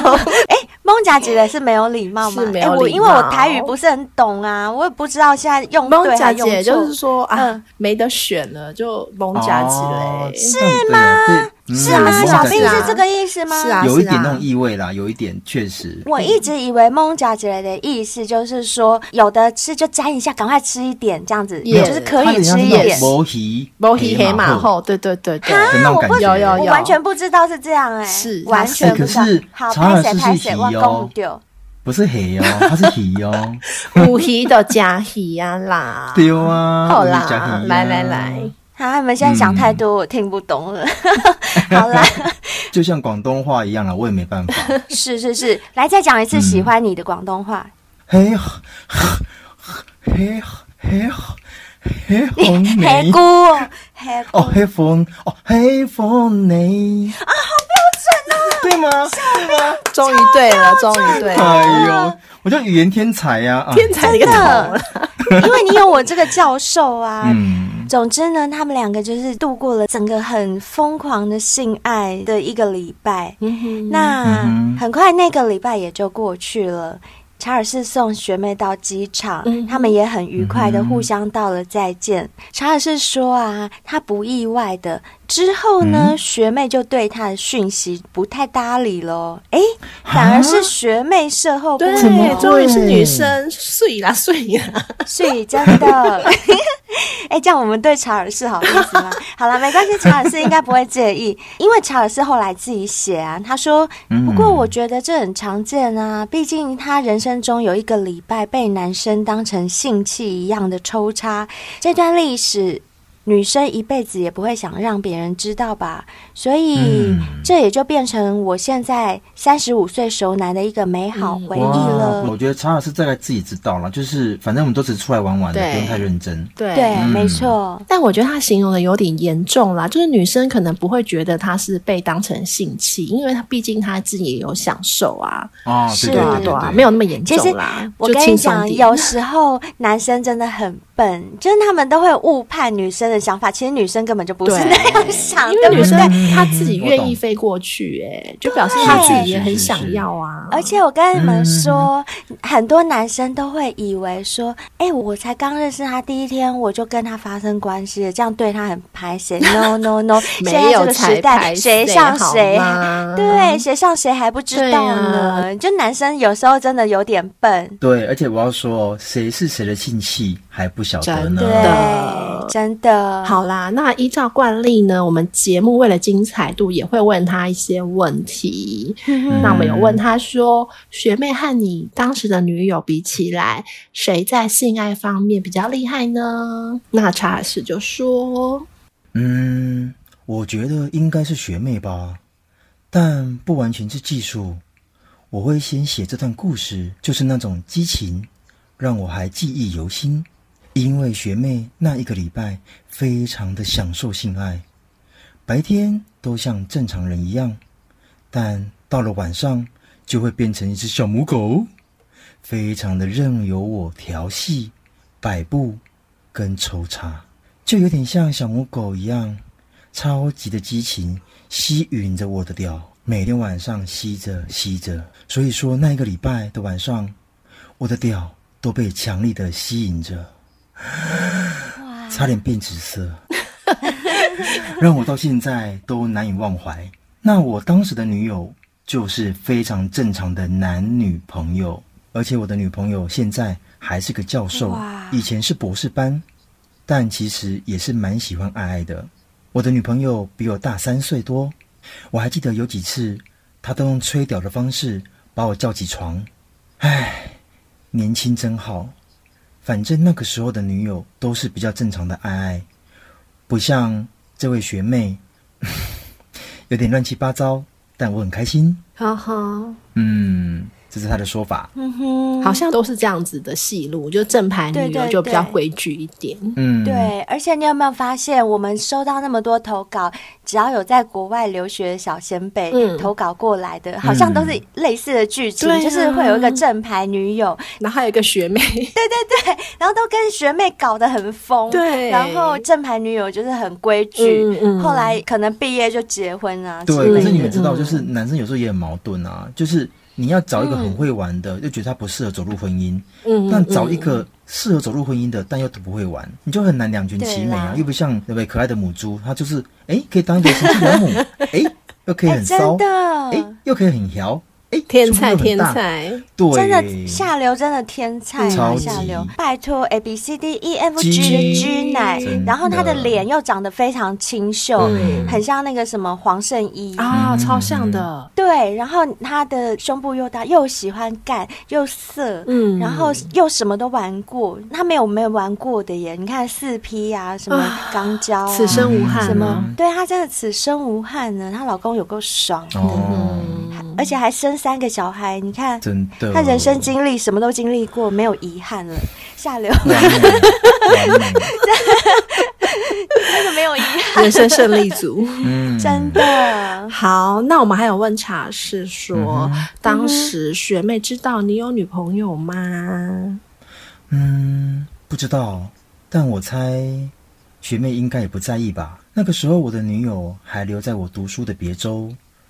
S2: 梦甲姐姐是没有礼貌吗？
S4: 是没
S2: 哎
S4: 有
S2: 我
S4: 礼
S2: 因为我
S4: 貌
S2: 台语不是很懂啊，我也不知道现在用
S4: 翁
S2: 对还
S4: 姐
S2: 用错。
S4: 姐就是说啊，
S2: 嗯
S4: 没得选了，就翁姐
S3: 哦
S4: 姐嘞。
S3: 是吗？对，
S2: 是
S3: 嗯
S2: 吗？
S3: 梦
S2: 小
S3: 甲
S2: 兵
S3: 姐
S2: 是这个意思吗？
S4: 啊是啊
S3: 有一点那种意味啦，有一点确实。
S2: 我一直以为梦甲之类的意思就是说，有的吃就沾一下，赶快吃一点，这样子
S7: 也
S2: 就是可以吃
S3: 像
S2: 一
S3: 那
S2: 点
S3: 种。摩西
S4: 摩西黑
S3: 马
S4: 马
S3: 后
S7: 后，对对对对，
S3: 的那种感觉。
S4: 有有
S2: 我
S4: 有
S2: 完全不知道是这样哎、
S7: 是
S2: 完全不知道
S3: 哎可是。
S2: 好，
S3: 查尔
S2: 拍
S3: 斯是
S2: 谁拍谁，我
S3: 鱼哦
S2: 公丢。
S3: 不是黑哦，它是黑哦，
S4: 五鱼的假鱼呀啦，
S3: 对啊。
S4: 好
S3: 我就讲
S4: 啦
S3: 鱼啊，
S4: 来来来，
S2: 啊，你们现在想太
S3: 嗯
S2: 多，我听不懂了。 *laughs* 好啦， *laughs*
S3: 就像广东话一样啦，我也没办法。 *laughs*
S2: 是是是，来再讲一次喜欢你的广东话。
S3: 嘿，嘿，嘿，嘿，红
S2: 黑
S3: 梅
S2: 姑，。黑姑
S3: 哦， *laughs* 黑风哦，黑风你啊，好标准啊，对吗？对吗？
S4: 终于对了，终于对
S3: *laughs*
S4: 了，
S3: 哎呦，我叫语言天才呀、啊，
S4: 天才一个
S2: 真
S4: 头
S2: 的，因为你有我这个教授啊。
S3: 嗯，
S2: 总之呢，他们两个就是度过了整个很疯狂的性爱的一个礼拜。那、
S3: 嗯哼
S2: 很快那个礼拜也就过去了。查尔斯送学妹到机场，
S4: 嗯哼
S2: 他们也很愉快的
S3: 嗯哼
S2: 互相道了再见。查尔斯说啊，他不意外的。之后呢，
S3: 嗯
S2: 学妹就对他的讯息不太搭理咯。诶，反而是学妹事后不
S3: 啊怎么
S4: 对，
S3: 会
S4: 终于是女生，睡啦睡啦，
S2: 是真的。 *laughs* 哎、这样我们对查尔斯好意思
S3: *laughs*
S2: 吗？好了，没关系，查尔斯应该不会介意，因为查尔斯后来自己写啊，他说：“
S3: 嗯
S2: 不过我觉得这很常见啊，毕竟他人生中有一个礼拜被男生当成性器一样的抽插，这段历史。”女生一辈子也不会想让别人知道吧，所以
S3: 嗯
S2: 这也就变成我现在三十五岁熟男的一个美好回忆了。
S3: 嗯我觉得查尔斯大概自己知道了，就是反正我们都只是出来玩玩的，
S7: 对
S3: 不用太认真。
S7: 对
S2: 对，没
S3: 嗯
S2: 错。
S4: 但我觉得他形容的有点严重啦，就是女生可能不会觉得他是被当成性器，因为他毕竟他自己也有享受啊，
S3: 哦，
S2: 是
S3: 对
S4: 对
S3: 对
S4: 啊
S3: 对
S4: 对
S3: 对
S4: 啊，
S3: 对，
S4: 没有那么严
S2: 其实
S4: 重啦，
S2: 我
S4: 就
S2: 跟你
S4: 轻松
S2: 讲，
S4: 点
S2: 有时候男生真的很笨，就是他们都会误判女生的想法，其实女生根本就不是
S4: 对
S2: 那样想，
S4: 因
S2: 对
S4: 为
S2: 不
S4: 女生
S2: 对？啊
S4: 她自己
S3: 我
S4: 愿意
S3: 懂
S4: 飞过去、哎，就表示她自己也很想要啊。
S2: 而且我跟你们说，很多男生都会以为说，哎、我才刚认识他第一天，我就跟他发生关系了，这样对他很排泄。No
S4: *laughs*
S2: No No，现在
S4: 没
S2: 这
S4: 有
S2: 个
S4: 才
S2: 时代，
S4: 拍
S2: 谁上
S4: 好
S2: 谁
S4: 吗？
S2: *laughs*
S4: 啊
S2: 对，谁上谁还不知道呢？就男生有时候真的有点笨，
S3: 对，而且我要说，谁是谁的性器还不晓得呢
S2: 对。，真的。
S4: 好啦，那依照惯例呢，我们节目为了精彩度，也会问他一些问题。那我们有问他说，学妹和你当时的女友比起来，谁在性爱方面比较厉害呢？那查尔斯就说，
S3: 嗯，我觉得应该是学妹吧，但不完全是技术。我会先写这段故事，就是那种激情，让我还记忆犹新。因为学妹那一个礼拜非常的享受性爱，白天都像正常人一样，但到了晚上就会变成一只小母狗，非常的任由我调戏、摆布跟抽插。就有点像小母狗一样，超级的激情吸吮着我的屌，每天晚上吸着吸着。所以说那一个礼拜的晚上，我的屌都被强力的吸引着，差点变紫色，让我到现在都难以忘怀。那我当时的女友就是非常正常的男女朋友，而且我的女朋友现在还是个教授
S2: 哇，
S3: 以前是博士班。但其实也是蛮喜欢爱爱的。我的女朋友比我大三岁多，我还记得有几次，她都用吹屌的方式把我叫起床。唉，年轻真好。反正那个时候的女友都是比较正常的爱爱，不像这位学妹， *laughs* 有点乱七八糟，但我很开心。
S7: 哈哈，
S3: 嗯，这是他的说法。
S2: 嗯哼，
S4: 好像都是这样子的戏路，就正牌
S2: 对
S4: 女
S2: 对
S4: 友就比较
S2: 对
S4: 规矩一点。
S3: 嗯，，
S2: 对，而且你有没有发现，我们收到那么多投稿，只要有在国外留学的小先辈、
S4: 嗯
S2: 投稿过来的，好像都是类似的剧情，
S4: 对啊
S2: 就是会有一个正牌女友，
S4: 然后还有一个学妹，
S2: 然后都跟学妹搞得很疯，
S4: 对
S2: 然后正牌女友就是很规矩，
S4: 嗯嗯
S2: 后来可能毕业就结婚啊之
S3: 对。可
S2: 类
S3: 是
S2: 的。嗯
S3: 你们知道，就是男生有时候也很矛盾啊，就是你要找一个很会玩的，又觉得他不适合走入婚姻，
S4: 嗯
S3: 但找一个适合走入婚姻的，但又不会玩，你就很难两全其美
S2: 对
S3: 啊
S2: 啦！
S3: 又不像那位可爱的母猪，它就是哎、诶可以当一个神奇保
S2: *laughs*
S3: 姆，哎、又可以
S2: 哎、
S3: 很
S2: 真
S3: 骚，
S2: 的，
S3: 哎、又可以很摇，哎、
S4: 天
S3: 出入
S4: 才
S3: 又很
S4: 天
S3: 大，
S4: 才，
S3: 对，
S2: 真的下流，真的天才啊！
S3: 超级
S2: 下流，拜托 A B C D E F
S3: G
S2: G G 奶
S3: 真，
S2: 然后他的
S3: 的
S2: 脸又长得非常清秀，
S3: 嗯
S2: 很像那个什么黄圣依。
S4: 啊，
S3: 嗯
S4: 超像的，
S2: 对，然后他的胸部又大，又喜欢干，又色，
S4: 嗯
S2: 然后又什么都玩过，他没有没有玩过的耶。你看四 P 啊，什么
S4: 啊
S2: 钢胶、啊，
S4: 此生无憾
S2: 什么
S4: 啊，？
S2: 对她真的此生无憾呢。她老公有够爽的，
S3: 哦，
S2: 而且还生三个小孩。你看，
S3: 真的，
S2: 他人生经历什么都经历过，没有遗憾了。下
S4: *laughs*
S2: 流，
S3: 完美，完美，
S2: 真的没有遗憾，
S4: 人生胜利组。
S3: 嗯，
S2: *laughs* 真的。
S5: 好，那我们还有问茶是说，
S3: 嗯
S5: 当时学妹知道你有女朋友吗？
S3: 嗯，不知道，但我猜学妹应该也不在意吧。那个时候我的女友还留在我读书的别州，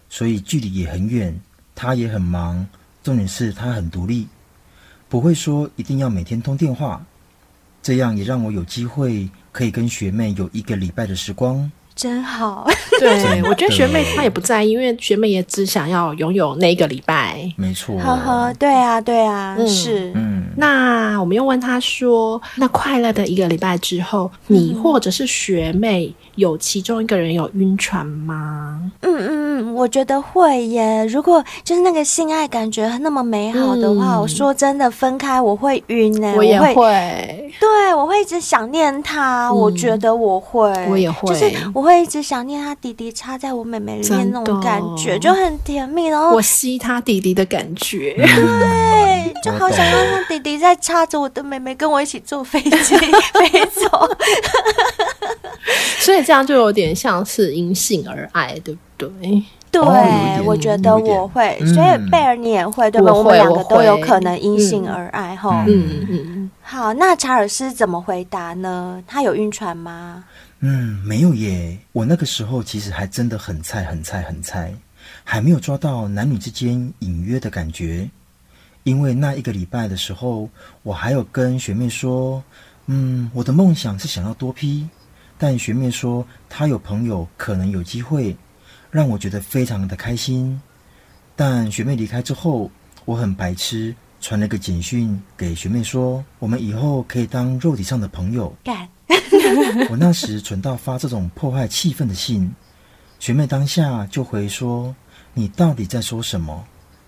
S3: 所以距离也很远，她也很忙，重点是她很独立，不会说一定要每天通电话，这样也让我有机会可以跟学妹有一个礼拜的时光。
S2: 真好，
S4: 对，我觉得学妹她也不在意，因为学妹也只想要拥有那一个礼拜。
S3: 没错，
S2: 呵呵，对啊，对啊，
S4: 嗯
S2: 是，
S3: 嗯，
S4: 那我们又问她说：“那快乐的一个礼拜之后，你或者是学妹有其中一个人有晕船吗
S2: 嗯嗯嗯，我觉得会耶。如果就是那个性爱感觉那么美好的话，
S4: 嗯
S2: 我说真的，分开哎我会晕呢，？”
S4: 也
S2: 会，
S4: 会，嗯
S2: 对我会一直想念他，我觉得我会，
S4: 我也会
S2: 就是我会一直想念他弟弟插在我妹妹里面
S4: 真的
S2: 那种感觉，就很甜蜜，然后
S4: 我吸她弟弟的感觉。
S3: *laughs*
S2: 对，哎就
S3: 我
S2: 好想
S3: 懂
S2: 要让弟弟在插着我的妹妹跟我一起坐飞 *laughs* 机飞走。
S4: 所以这样就有点像是因性而爱，对不对？
S2: 对，
S3: 有一点
S2: 我觉得我会，
S3: 有一点
S2: 所以
S3: 嗯
S2: 贝尔你也会，对吧？
S4: 我会
S2: 们两个
S4: 我
S2: 都
S4: 会
S2: 有可能因性而爱哈。
S3: 嗯
S4: 嗯嗯，
S2: 好，那查尔斯怎么回答呢？他有晕船吗？
S3: 嗯，没有耶。我那个时候其实还真的很菜，很菜，很菜，还没有抓到男女之间隐约的感觉。因为那一个礼拜的时候，我还有跟学妹说，嗯，我的梦想是想要多批，但学妹说她有朋友可能有机会，让我觉得非常的开心。但学妹离开之后，我很白痴，传了个简讯给学妹说，我们以后可以当肉体上的朋友。
S2: 干，
S3: 我那时蠢到发这种破坏气氛的信，学妹当下就回说：“你到底在说什么？”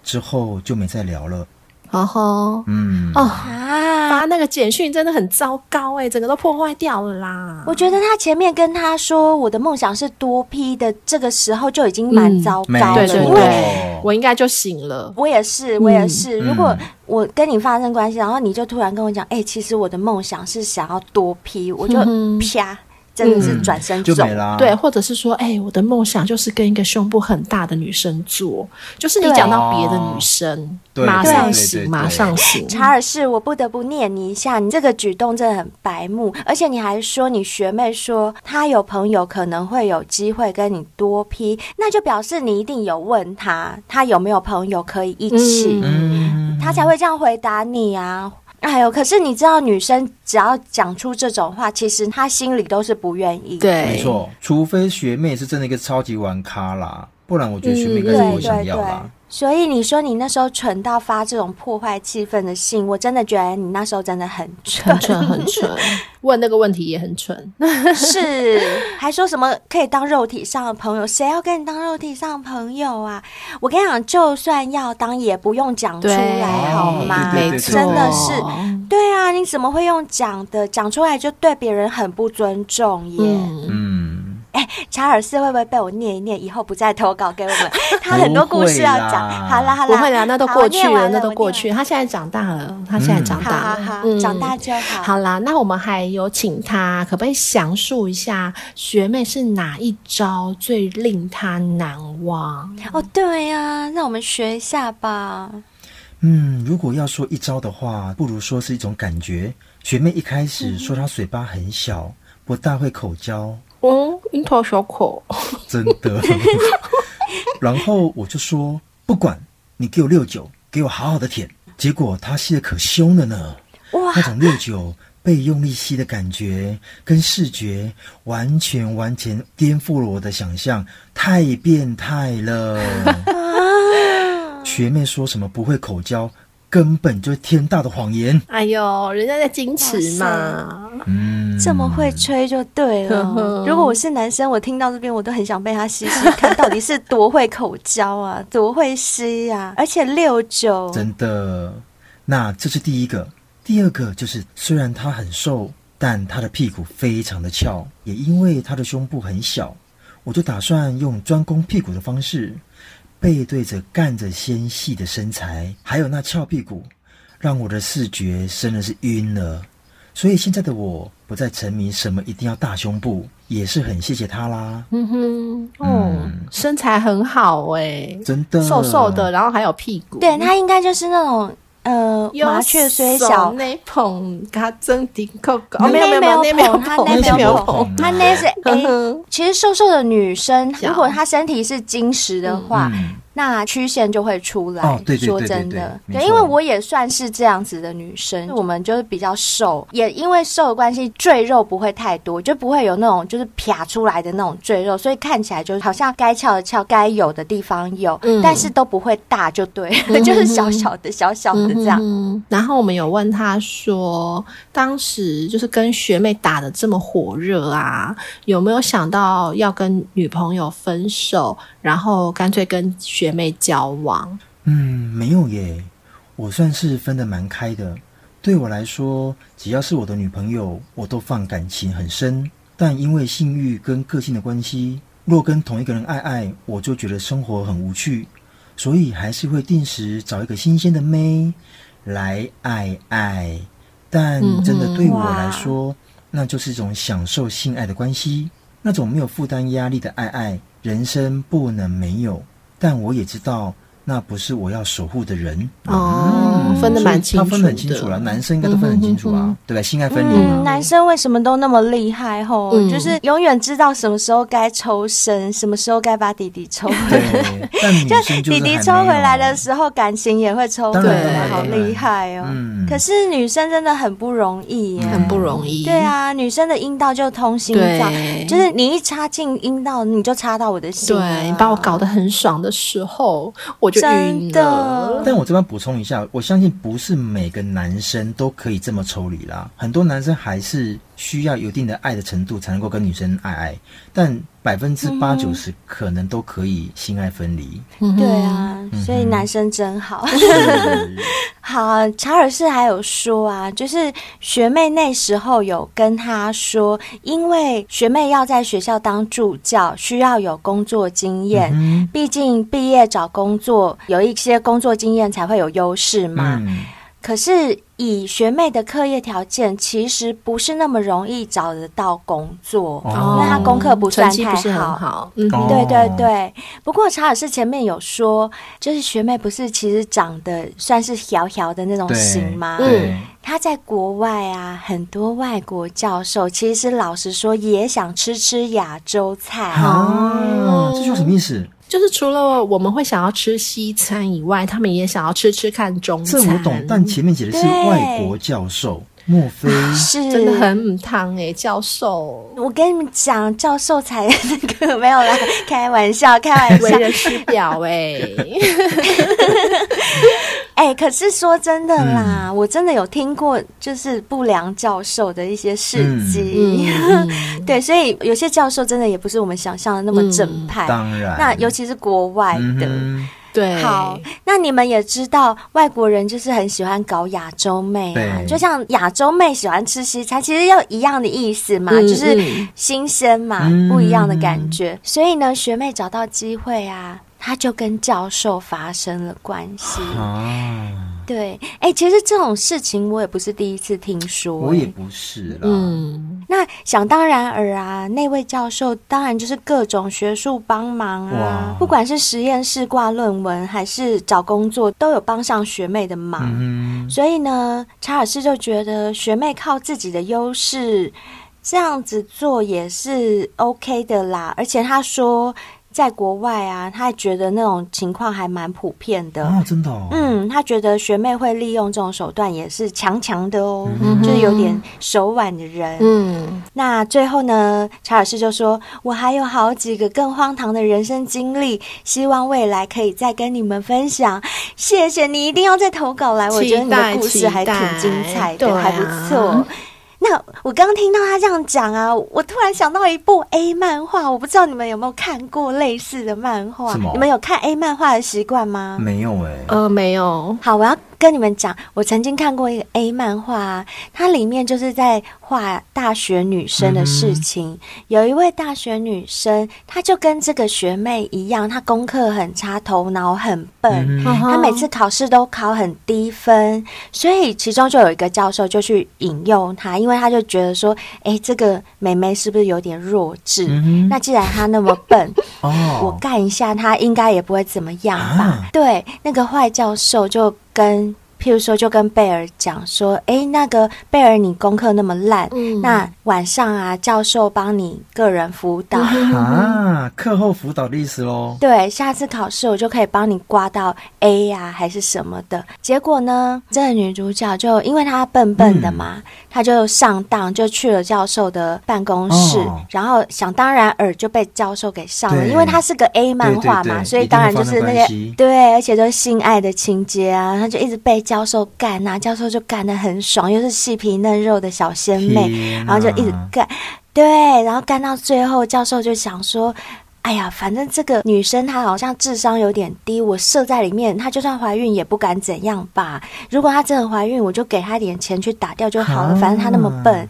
S3: 之后就没再聊了。
S4: 然后
S3: 嗯，
S4: 哦，
S2: 啊！
S4: 发那个简讯真的很糟糕哎、整个都破坏掉了啦。
S2: 我觉得他前面跟他说我的梦想是多批的，这个时候就已经蛮
S4: 嗯
S2: 糟
S3: 没
S2: 糕
S4: 对
S2: 了，
S4: 对
S2: 因
S3: 错
S2: 为
S3: 哦
S4: 对，我应该就醒了。
S2: 我也是，我也是。
S3: 嗯
S2: 如果我跟你发生关系，然后你就突然跟我讲，哎、其实我的梦想是想要多批，我就
S4: 嗯哼
S2: 啪，真的是转身
S3: 嗯就
S2: 走。
S3: 没啦。
S4: 对，，或者是说，哎、我的梦想就是跟一个胸部很大的女生做，就是你
S2: 对
S4: 讲到别的女生，
S3: 对
S4: 马
S3: 对
S4: 上
S3: 对对
S4: 醒，
S3: 对
S4: 马上醒。
S2: 查尔斯，我不得不念你一下，你这个举动真的很白目，而且你还说你学妹说她有朋友可能会有机会跟你多批，那就表示你一定有问她，她有没有朋友可以一起。
S4: 嗯
S3: 嗯，
S2: 他才会这样回答你啊。哎呦，可是你知道，女生只要讲出这种话，其实她心里都是不愿意。，
S4: 对，
S3: 没。错，除非学妹是真的一个超级玩咖啦，不然我觉得学妹应该是不
S2: 嗯对
S3: 会想
S2: 对
S3: 要
S2: 对
S3: 啦。。
S2: 所以你说你那时候蠢到发这种破坏气氛的信，我真的觉得你那时候真的很
S4: *laughs*
S2: 蠢
S4: 很。蠢，很
S2: *laughs*
S4: 蠢。问那个问题也很蠢。
S2: 是，还说什么可以当肉体上的朋友？谁要跟你当肉体上的朋友啊？我跟你讲，就算要当，也不用讲出来
S4: 对哦
S2: 好吗？
S3: 对对
S4: 没
S3: 对
S4: 错，
S2: 真的是。对啊，你怎么会用讲的？讲出来就对别人很不尊重耶。
S4: 嗯，
S3: 嗯，
S2: 哎，查尔斯会不会被我念一念，以后不再投稿给我们？他很多故事
S3: *laughs*
S2: 要
S3: 不会
S2: 讲
S3: 啦。
S2: 好啦好
S4: 不
S2: 啦，
S4: 会啦，那都
S2: 好
S4: 过去
S2: 念完
S4: 那都
S2: 我
S4: 过
S2: 念
S4: 去。他现在长大了，他现在长
S2: 完
S4: 大
S2: 好
S4: 了，
S2: 好好，
S4: 嗯
S2: 长大就好。
S4: 好啦，那我们还有请他，可不可以详述一下学妹是哪一招最令他难忘？
S2: 哦，对呀、让我们学一下吧。
S3: 嗯，如果要说一招的话，不如说是一种感觉。学妹一开始说她嘴巴很小，不大会口交，
S4: 哦，樱桃小口，
S3: 真的。然后我就说不管你给我六九，给我好好的舔。结果她吸的可凶了呢，
S2: 哇
S3: 那，种六九被用力吸的感觉跟视觉完全完全颠覆了我的想象，太变态了。学妹说什么不会口交，根本就是天大的谎言。
S4: 哎呦，人家在矜持嘛，
S3: 嗯，
S2: 这么会吹就对了。
S4: 呵 *laughs* 呵
S2: 如果我是男生，我听到这边我都很想被他吸吸看，到底是多会口交
S3: *laughs*
S2: 啊，多会吸啊，而且六九，
S3: 真的。那这是第一个，第二个就是，虽然她很瘦，但她的屁股非常的翘，也因为她的胸部很小，我就打算用专攻屁股的方式，背对着干着纤细的身材，还有那翘屁股，让我的视觉真的是晕了。所以现在的我不再沉迷什么一定要大胸部，也是很谢谢她啦。
S4: 嗯哼，哦，
S3: 嗯
S4: 身材很好哎、
S3: 真的，
S4: 瘦瘦的，，然后还有屁股，
S2: 对他应该就是那种呃
S4: 有
S2: 麻雀虽小，
S4: 内捧他增顶扣扣，
S2: 那
S4: 哦没有没有没有
S2: 没有
S4: 没有
S2: 他
S4: 捧，那
S2: 那没
S4: 没有
S2: 有哎
S4: 捧，
S3: 捧
S2: 他那是
S4: *laughs*
S2: A。
S4: 嗯
S2: 其实瘦瘦的女生，
S4: 小
S2: 如果她身体是晶石的话，
S3: 嗯，
S2: 那曲线就会出来。
S3: 哦对对对
S2: 说
S3: 对
S2: 真
S3: 对
S2: 的，
S3: 没
S2: 对，
S3: 错
S2: 因为我也算是这样子的女
S4: 嗯
S2: 生，我们就是比较瘦，也因为瘦的关系，赘肉不会太多，就不会有那种就是啪出来的那种赘肉，所以看起来就好像该翘的翘，该有的地方有，
S4: 嗯
S2: 但是都不会大，就对，就是小小的、小小的这样。
S4: 嗯哼然后我们有问他说，当时就是跟学妹打的这么火热啊，有没有想到要跟女朋友分手，然后干脆跟学妹交往？
S3: 嗯，没有耶，我算是分得蛮开的。对我来说，只要是我的女朋友，我都放感情很深。但因为性欲跟个性的关系，若跟同一个人爱爱，我就觉得生活很无趣，所以还是会定时找一个新鲜的妹来爱爱。但真
S2: 嗯
S3: 的对我来说，那就是一种享受性爱的关系，那种没有负担压力的爱爱，人生不能没有。但我也知道，那不是我要守护的人。
S2: 嗯
S3: 嗯
S4: 哦，分得蛮清
S3: 他
S4: 楚的，
S3: 分得很清楚了，男生应该都分得很清楚啊，
S4: 嗯哼嗯
S3: 对吧？性爱分离嘛。
S2: 嗯，男生为什么都那么厉害吼？
S4: 嗯
S2: 就是永远知道什么时候该抽身，什么时候该把弟弟
S3: *laughs*
S2: 抽回来。
S3: 对，但女生就是
S2: 弟弟
S3: 还
S2: 抽回
S3: 没有
S2: 来的时候，感情也会抽回
S3: 当然
S4: 当
S2: 来，
S4: 然
S2: 好厉害哦！
S3: 嗯
S2: 可是女生真的很不容易耶。
S4: 很不容易。
S2: 对，啊，女生的阴道就通心脏，
S4: 对，
S2: 就是你一插进阴道，你就插到我的心、啊。
S4: 对你把我搞得很爽的时候，我就
S2: 真
S4: 晕了。
S2: 的，
S3: 但我这边补充一下，我相信不是每个男生都可以这么抽离啦，很多男生还是需要有一定的爱的程度才能够跟女生爱爱，但百分之八九十可能都可以性爱分离。
S4: 嗯哼
S2: 对，啊，所以男生真好。 *laughs* 好，查尔斯还有说啊，就是学妹那时候有跟他说，因为学妹要在学校当助教，需要有工作经验，
S3: 嗯
S2: 毕竟毕业找工作有一些工作经验才会有优势嘛。
S3: 嗯，
S2: 可是以学妹的课业条件，其实不是那么容易找得到工作，
S3: 哦
S2: 因为她功课不算
S4: 成绩
S2: 太
S4: 不是很
S2: 好。
S4: 好。嗯哼，
S3: 哦
S2: 对对对，不过查尔斯前面有说，就是学妹不是其实长得算是小小的那种
S3: 对，
S2: 型吗？
S3: 对，
S2: 她在国外啊，很多外国教授其实老实说也想吃吃亚洲菜。
S3: 啊，这句话什么意思？
S4: 就是除了我们会想要吃西餐以外，他们也想要吃吃看中
S3: 这
S4: 餐。
S3: 我懂，但前面写的是
S2: 对
S3: 外国教授，莫非？
S2: 是，
S4: 真的很母汤哎，教 *laughs* 授
S2: 我跟你们讲，教授才那个没有啦，开玩笑，开玩
S4: 为
S2: 笑。
S4: 人师表哎，
S2: 哎、可是说真的啦，
S3: 嗯
S2: 我真的有听过就是不良教授的一些事迹。
S4: 嗯，
S2: 对，所以有些教授真的也不是我们想象的那么正派。
S3: 嗯当然，
S2: 那尤其是国外的，
S3: 嗯哼
S4: *laughs* 对，
S2: 好，那你们也知道，外国人就是很喜欢搞亚洲妹啊，
S3: 对
S2: 就像亚洲妹喜欢吃西餐，其实要一样的意思嘛，
S4: 嗯
S2: 就是
S4: 嗯
S2: 新鲜嘛，
S3: 嗯
S2: 不一样的感觉。所以呢，学妹找到机会啊。她就跟教授发生了关系，
S3: 啊，
S2: 对，哎、其实这种事情我也不是第一次听说、
S3: 我
S2: 哎
S3: 也不是啦，
S4: 嗯，
S2: 那想当然尔啊，那位教授当然就是各种学术帮忙啊
S3: 哇，
S2: 不管是实验室挂论文还是找工作，都有帮上学妹的忙。
S3: 嗯
S2: 所以呢，查尔斯就觉得学妹靠自己的优势这样子做也是 OK 的啦。而且他说，在国外啊，他还觉得那种情况还蛮普遍的。
S3: 啊，真的、哦，，
S2: 嗯，他觉得学妹会利用这种手段也是强强的哦，
S4: 嗯
S2: 就是有点手腕的人。
S4: 嗯，
S2: 那最后呢，查尔斯就说：“我还有好几个更荒唐的人生经历，希望未来可以再跟你们分享。谢谢你，一定要再投稿来，我觉得你的故事还挺精彩
S4: 期待期待
S2: 的，还不
S4: 对
S2: 错
S4: 啊。”
S2: 那我刚听到他这样讲啊，我突然想到一部 A 漫画，我不知道你们有没有看过类似的漫画
S3: 什么？
S2: 你们有看 A 漫画的习惯吗？
S3: 没有哎、
S4: 呃，没有，
S2: 好，我要跟你们讲，我曾经看过一个 A 漫画、啊，它里面就是在画大学女生的事情。
S3: 嗯
S2: 有一位大学女生，她就跟这个学妹一样，她功课很差，头脑很笨。
S3: 嗯
S4: 他
S2: 她每次考试都考很低分，所以其中就有一个教授就去引诱她，因为她就觉得说，哎、这个妹妹是不是有点弱智？
S3: 嗯
S2: 那既然她那么笨，
S3: 哦，
S2: 我干一下他，应该也不会怎么样吧？
S3: 啊
S2: 对，那个坏教授就跟，譬如说，就跟贝尔讲说，诶，那个贝尔，你功课那么烂，
S4: 嗯
S2: 那晚上啊，教授帮你个人辅导，
S3: 啊，课后辅导的意思喽。
S2: 对，下次考试我就可以帮你挂到 A 呀、还是什么的。结果呢，这个女主角就因为她笨笨的嘛，
S3: 嗯
S2: 她就上当，就去了教授的办公室，
S3: 哦
S2: 然后想当然尔就被教授给上了，
S3: 对
S2: 因为她是个 A 漫画
S3: 对
S2: 嘛，
S3: 对对
S2: 所以当然就是那
S3: 一定会发生关
S2: 些
S3: 系
S2: 对，而且都是性爱的情节啊，她就一直被教授干呐、教授就干得很爽，又是细皮嫩肉的小鲜妹，
S3: 天
S2: 然
S3: 哪
S2: 后就一直
S3: 嗯
S2: 干，对，然后干到最后，教授就想说。哎呀，反正这个女生她好像智商有点低，我射在里面，她就算怀孕也不敢怎样吧。如果她真的怀孕，我就给她点钱去打掉就好了，
S3: 啊
S2: 反正她那么笨。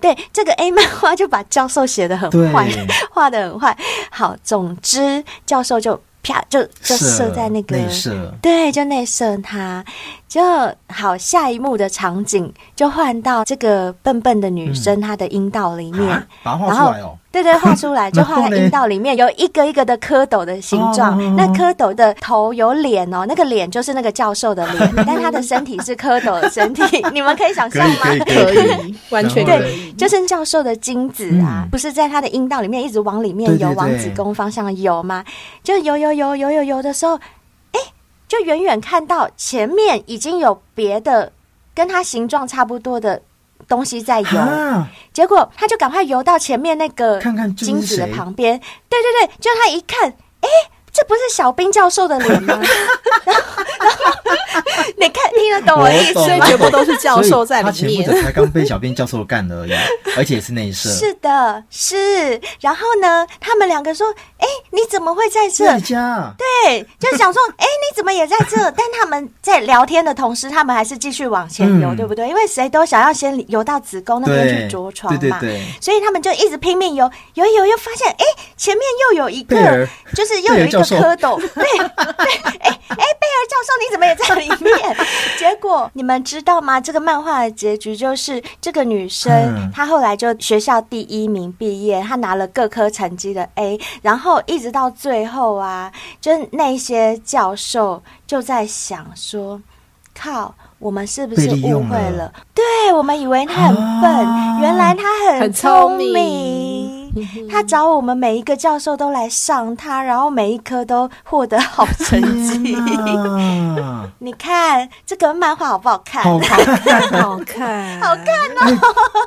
S2: 对，这个 A 漫画就把教授写的很
S3: 对
S2: 坏，画的很坏。好，总之教授就啪就就射在那个
S3: 内射，
S2: 对，就内射他，就好。下一幕的场景就换到这个笨笨的女生她的阴道里面，
S3: 啊把它画
S2: 然
S3: 出
S2: 后
S3: 来哦。
S2: 对对，画出来就
S3: 然后
S2: 画在阴
S3: 嘞
S2: 道里面，有一个一个的蝌蚪的形
S3: *laughs*
S2: 状。
S3: 哦
S2: 那蝌蚪的头有脸哦，那个脸就是那个教授的
S3: *laughs*
S2: 脸，但他的身体是蝌蚪的身体， *laughs* 你们可以想象吗？
S4: 可以，完全
S3: 然后
S4: 可
S2: 对
S4: 以，，
S2: 就是教授的精子啊，
S3: 嗯
S2: 不是在他的阴道里面一直往里面
S3: 对对
S2: 游，
S3: 对
S2: 往子宫方向游吗？就游游游游游游的时候，哎，就远远看到前面已经有别的跟他形状差不多的东西在游，
S3: 啊，
S2: 结果他就赶快游到前面那个
S3: 看看这是
S2: 精子的
S3: 谁
S2: 旁边，对对对，就他一看，哎，这不是小兵教授的脸吗？然后， *laughs* 然后 *laughs* 你看听得懂我意思
S3: 懂
S4: 所
S2: 吗？
S4: 以全部都是教授
S3: 所
S4: 在
S3: 以他
S4: 里
S3: 前不
S4: 面
S3: 久。才刚被小编教授干了而已，而且也是内射。
S2: 是的，是。然后呢，他们两个说：“哎，你怎么会在这
S3: 哪？”家？
S2: 对，就想说：“哎，你怎么也在这？”但他们在聊天的同时，他们还是继续往前游，
S3: 嗯
S2: 对不对？因为谁都想要先游到子宫那边去
S3: 对，
S2: 着床嘛。
S3: 对对对，
S2: 所以他们就一直拼命游，游一游又发现，哎，前面又有一
S3: 贝
S2: 个
S3: 尔，
S2: 就是又有一
S3: 贝
S2: 个
S3: 尔教授
S2: 蝌蚪，对对，哎哎，贝尔教授你怎么也在里
S3: *laughs*
S2: 面？结果你们知道吗？这个漫画的结局就是这个女生、
S3: 嗯
S2: 她后来就学校第一名毕业，她拿了各科成绩的 A，然后一直到最后啊，就是那些教授就在想说，靠。我们是不是
S3: 被利
S2: 误
S3: 用
S2: 会
S3: 了
S2: 了？对我们以为他很笨，
S3: 啊
S2: 原来他很
S4: 很
S2: 聪
S4: 聪
S2: 明。
S4: 明
S2: 他找我们每一个教授都来上他，然后每一科都获得好成
S3: 嗯
S2: 绩。
S3: 啊，
S2: *laughs* 你看这个漫画好不好看？ *laughs*
S3: 好看。
S4: *laughs* 好看，好看，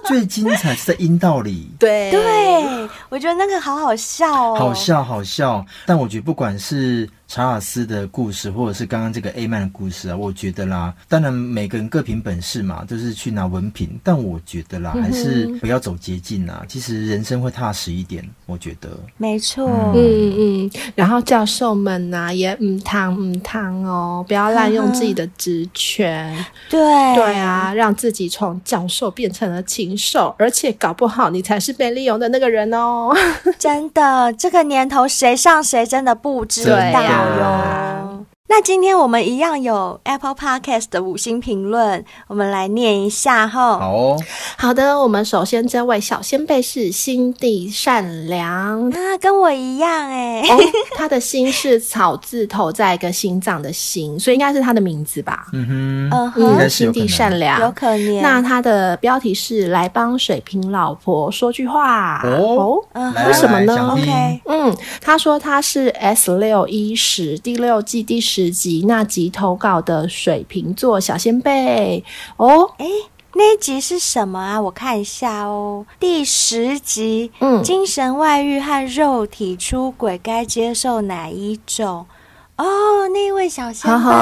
S3: 最精彩是在阴道里。
S4: 对
S2: 对，我觉得那个好好笑哦。
S3: 好笑好笑，但我觉得不管是查尔斯的故事，或者是刚刚这个 A man 的故事啊，我觉得啦，当然每个人各凭本事嘛，就是去拿文凭，但我觉得啦，还是不要走捷径啊，其实人生会踏实一点，我觉得。
S2: 没错，
S4: 嗯嗯，然后教授们呐、也嗯烫嗯烫哦，不要滥用自己的职权。
S2: 对
S4: 对，啊，让自己从教授变成了禽兽，而且搞不好你才是被利用的那个人哦。
S2: 真的，这个年头谁上谁真的不知道
S4: 对
S2: 哟
S4: 啊。
S2: 那今天我们一样有 Apple Podcast 的五星评论，我们来念一下哈。
S3: 好哦，
S4: *laughs* 好的，我们首先这位小先辈是心地善良。
S2: 啊，跟我一样哎、
S4: 哦， *laughs* 他的心是草字头在一个心脏的心，所以应该是他的名字吧。
S3: 嗯哼，
S2: 嗯
S3: 应该
S2: 哼，
S3: 是有可能
S4: 心地善良，
S2: 有可能。
S4: 那它的标题是“来帮水瓶老婆说句话”
S3: 哦
S2: 嗯
S3: 来
S4: 为什么
S3: 来
S4: 呢
S3: 想听
S2: OK，
S4: 嗯，他说他是 S 六一十第六季第十集那集投稿的水瓶座小先辈哦，
S2: 哎，那一集是什么啊？我看一下哦，第十集，
S4: 嗯
S2: 精神外遇和肉体出轨该接受哪一种？哦，那位小先
S4: 好
S2: 辈，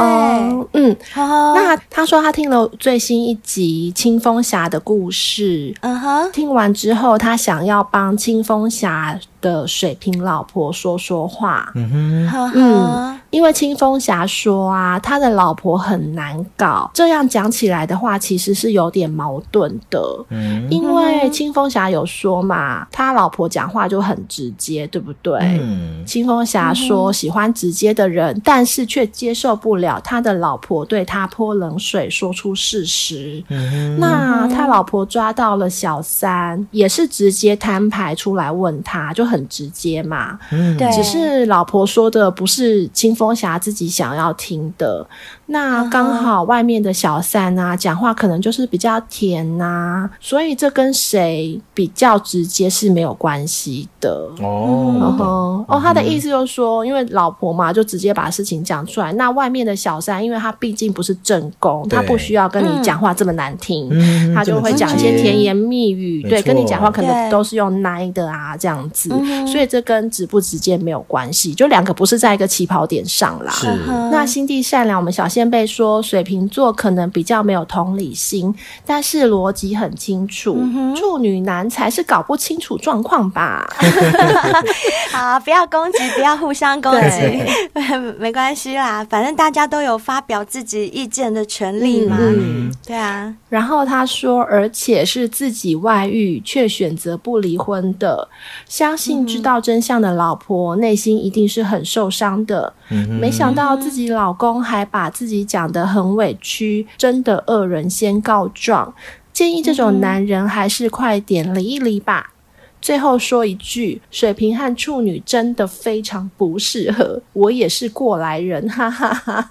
S4: 好，嗯，
S2: 呵呵
S4: 那他说他听了最新一集《清风侠》的故事，
S2: 嗯哼，
S4: 听完之后他想要帮清风侠的水瓶老婆说说话，
S3: 嗯哼，
S2: 呵呵
S4: 嗯，因为清风侠说啊，他的老婆很难搞，这样讲起来的话，其实是有点矛盾的。
S3: 嗯
S4: 因为清风侠有说嘛，他老婆讲话就很直接，对不对？
S3: 嗯，
S4: 清风侠说喜欢直接的人，但是却接受不了他的老婆对他泼冷水，说出事实。
S3: 嗯哼，
S4: 那他老婆抓到了小三，也是直接摊牌出来问他，就很直接嘛。
S3: 嗯
S2: 对，
S4: 只是老婆说的不是清风侠自己想要听的，那刚好外面的小三啊，讲话可能就是比较甜呐、所以这跟谁比较直接是没有关系的。
S3: 哦，
S4: 嗯
S3: 我懂
S4: 哼，哦，他的意思就是说，因为老婆嘛，就直接把事情讲出来。那外面的小三，因为他毕竟不是正宫，
S3: 对
S4: 他不需要跟你讲话这么难听，
S3: 嗯
S4: 他就会讲一些甜言蜜语，
S3: 没
S4: 对，跟你
S3: 错
S4: 讲话可
S2: 对
S4: 能都是用奶的啊这样子
S2: 嗯哼，
S4: 所以这跟直不直接没有关系，就两个不是在一个起跑点上啦。
S3: 是
S2: 嗯
S4: 那心地善良，我们小先辈说水瓶座可能比较没有同理心，但是逻辑很清楚。
S2: 嗯
S4: 处女男才是搞不清楚状况吧？
S2: 好，不要攻击，不要互相攻击
S4: *laughs* 对，
S2: *laughs* 没关系啦，反正大家都有发表自己意见的权利嘛。
S4: 嗯
S2: 对啊，
S4: 然后他说，而且是自己外遇却选择不离婚的，相信知道真相的老婆、内心一定是很受伤的。
S3: 嗯哼
S4: 没想到自己老公还把自己讲得很委屈，真的恶人先告状。建议这种男人还是快点离一离吧。最后说一句，水瓶和处女真的非常不适合，我也是过来人，哈哈哈。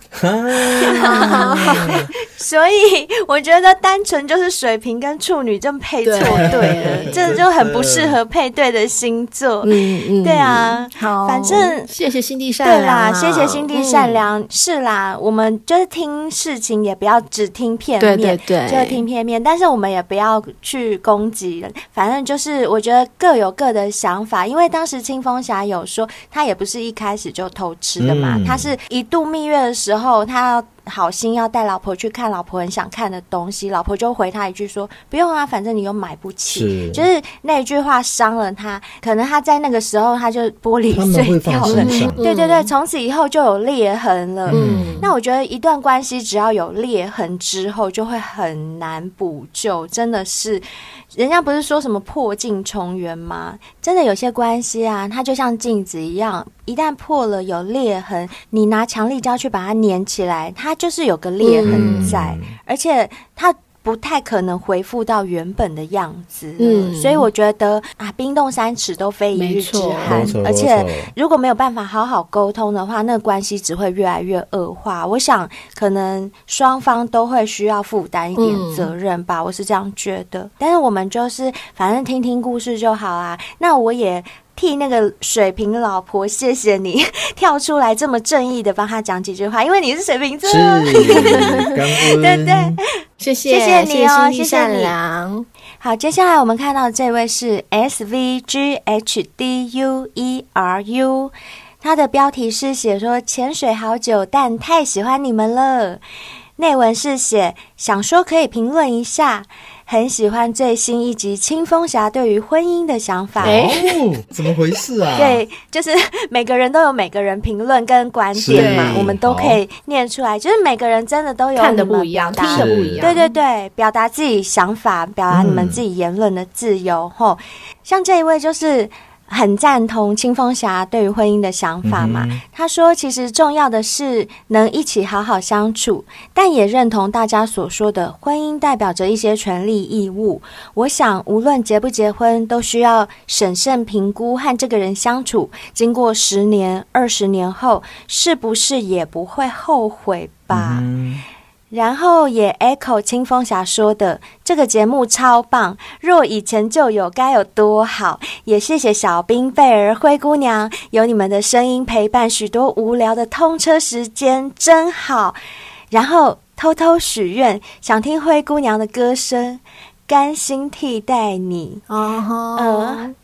S2: 所以我觉得单纯就是水瓶跟处女正配错
S4: 对
S2: 对
S4: *laughs*
S2: 了，这就很不适合配对的星座。
S4: 嗯嗯
S2: 对，啊，
S4: 好，
S2: 反正
S4: 谢谢心地善
S2: 对
S4: 良、
S2: 啦，
S4: 啊，嗯
S2: 谢谢心地善良。是啦，我们就是听事情也不要只听片面，
S4: 对对对
S2: 就听片面，但是我们也不要去攻击人。反正就是我觉得各有各的想法，因为当时清风侠有说他也不是一开始就偷吃的嘛，
S3: 嗯
S2: 他是一度蜜月的时候他要。好心要带老婆去看老婆很想看的东西，老婆就回他一句说：“不用啊，反正你又买不起。”
S3: 是
S2: 就是那一句话伤了他，可能他在那个时候他就玻璃
S3: 他们
S2: 碎
S3: 会放
S2: 掉了
S3: 身。上，
S2: 对对对，从此以后就有裂痕了。
S3: 嗯
S2: 那我觉得一段关系只要有裂痕之后，就会很难补救，真的是。人家不是说什么破镜重圆吗？真的有些关系啊，它就像镜子一样，一旦破了有裂痕，你拿强力胶去把它粘起来，它就是有个裂痕在，
S3: 嗯
S2: 而且它。不太可能恢复到原本的样子了，
S4: 嗯
S2: 所以我觉得啊，冰冻三尺都非一日之
S4: 没错
S2: 寒
S3: 没错，
S2: 而
S3: 没
S2: 且
S3: 错
S2: 如果没有办法好好沟通的话，那关系只会越来越恶化。我想，可能双方都会需要负担一点责任吧，我是这样觉得。但是我们就是反正听听故事就好啊。那我也。替那个水瓶老婆，谢谢你 *laughs* 跳出来这么正义的帮她讲几句话，因为你是水瓶座，
S3: 是
S2: *laughs*
S3: 感恩，
S2: 对不对？
S4: 谢谢
S2: 谢谢你哦
S4: 谢谢心地善良。
S2: 好，接下来我们看到这位是 S V G H D U E R U。它的标题是写说潜水好久，但太喜欢你们了。内文是写想说可以评论一下，很喜欢最新一集《清风侠》对于婚姻的想法。
S4: 哎
S3: 哦，怎么回事啊？
S2: 对，就是每个人都有每个人评论跟观点嘛
S3: 是，
S2: 我们都可以念出来。就是每个人真的都有
S4: 看的
S2: 你们
S4: 不一样，
S2: 表
S4: 听
S2: 达
S4: 的不一样，
S2: 对对对，表达自己想法，表达你们
S3: 嗯
S2: 自己言论的自由。吼、像这一位就是很赞同清风侠对于婚姻的想法嘛。
S3: 嗯哼
S2: 他说，其实重要的是能一起好好相处，但也认同大家所说的，婚姻代表着一些权利义务。我想，无论结不结婚，都需要审慎评估和这个人相处，经过十年、二十年后，是不是也不会后悔吧？
S3: 嗯
S2: 然后也 echo 清风侠说的，这个节目超棒，若以前就有该有多好！也谢谢小兵、贝儿、灰姑娘，有你们的声音陪伴许多无聊的通车时间，真好。然后偷偷许愿，想听灰姑娘的歌声，甘心替代你。
S4: 哦吼，
S2: 嗯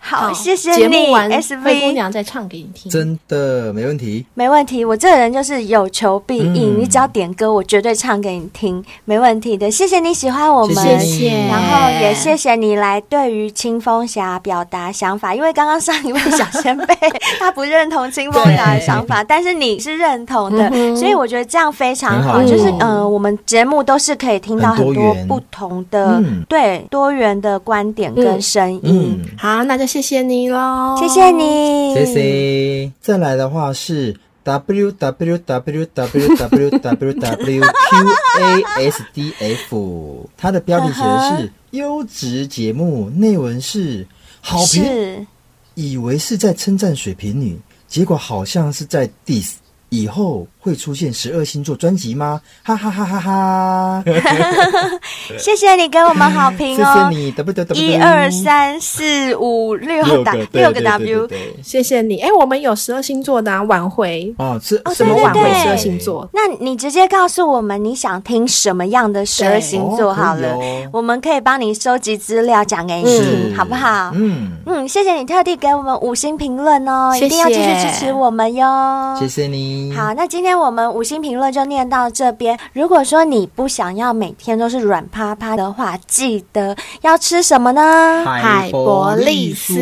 S2: 好，谢谢
S4: 节
S2: 你
S4: 目完
S2: ，S
S4: 灰姑
S2: V。
S4: 娘再唱给你听。
S3: 真的没问题。
S2: 没问题，我这个人就是有求必应，
S3: 嗯
S2: 你只要点歌，我绝对唱给你听，没问题的。谢谢你喜欢我们，
S4: 谢
S3: 谢
S4: 谢，
S2: 然后也谢谢你来对于清风侠表达想法，因为刚刚上一位小先辈 *laughs* 他不认同清风侠的想法，但是你是认同的
S4: 嗯，哼
S2: 所以我觉得这样非常好，
S3: 很好
S2: 就是
S4: 嗯
S2: 呃，我们节目都是可以听到
S3: 很多
S2: 很多
S3: 元
S2: 不同的
S3: 嗯
S2: 对多元的观点跟
S4: 嗯
S2: 声音
S3: 嗯，，
S4: 好，那就谢谢你喽，
S2: 谢谢。你，
S3: 谢
S2: 哦
S3: 谢。再来的话是 w w w w w w w q a s d f，它的标题写的是优质节目，内文是好评，
S2: 是。
S3: 以为是在称赞水瓶女，结果好像是在 diss。以后会出现十二星座专辑吗？哈哈哈哈哈！
S2: 哦谢谢你给我们好
S3: 谢
S2: 评
S3: 谢
S2: 哦！
S3: 你，w w
S2: 一二三四五六
S3: 六
S2: 打
S3: 个
S2: 六个
S3: W
S2: W，
S4: 谢谢你，哎，我们有十二星座的啊晚会，
S3: 哦，是
S2: 哦
S3: 什
S4: 什
S3: 么
S4: 么
S2: 对
S4: 晚会
S2: 对对
S4: 十二星座？
S2: 那你直接告诉我们你想听什么样的十二星座好了，
S3: 哦可以哦
S2: 我们可以帮你收集资料讲给你听，
S3: 是
S2: 好不
S4: 啊
S2: 好？
S3: 嗯，
S2: 嗯，谢谢你特地给我们五星评论哦，
S4: 谢谢
S2: 一定要继续支持我们哟。
S3: 谢谢你。
S2: 好，那今天我们五星评论就念到这边。如果说你不想要每天都是软趴趴的话，记得要吃什么呢？
S4: 海博利斯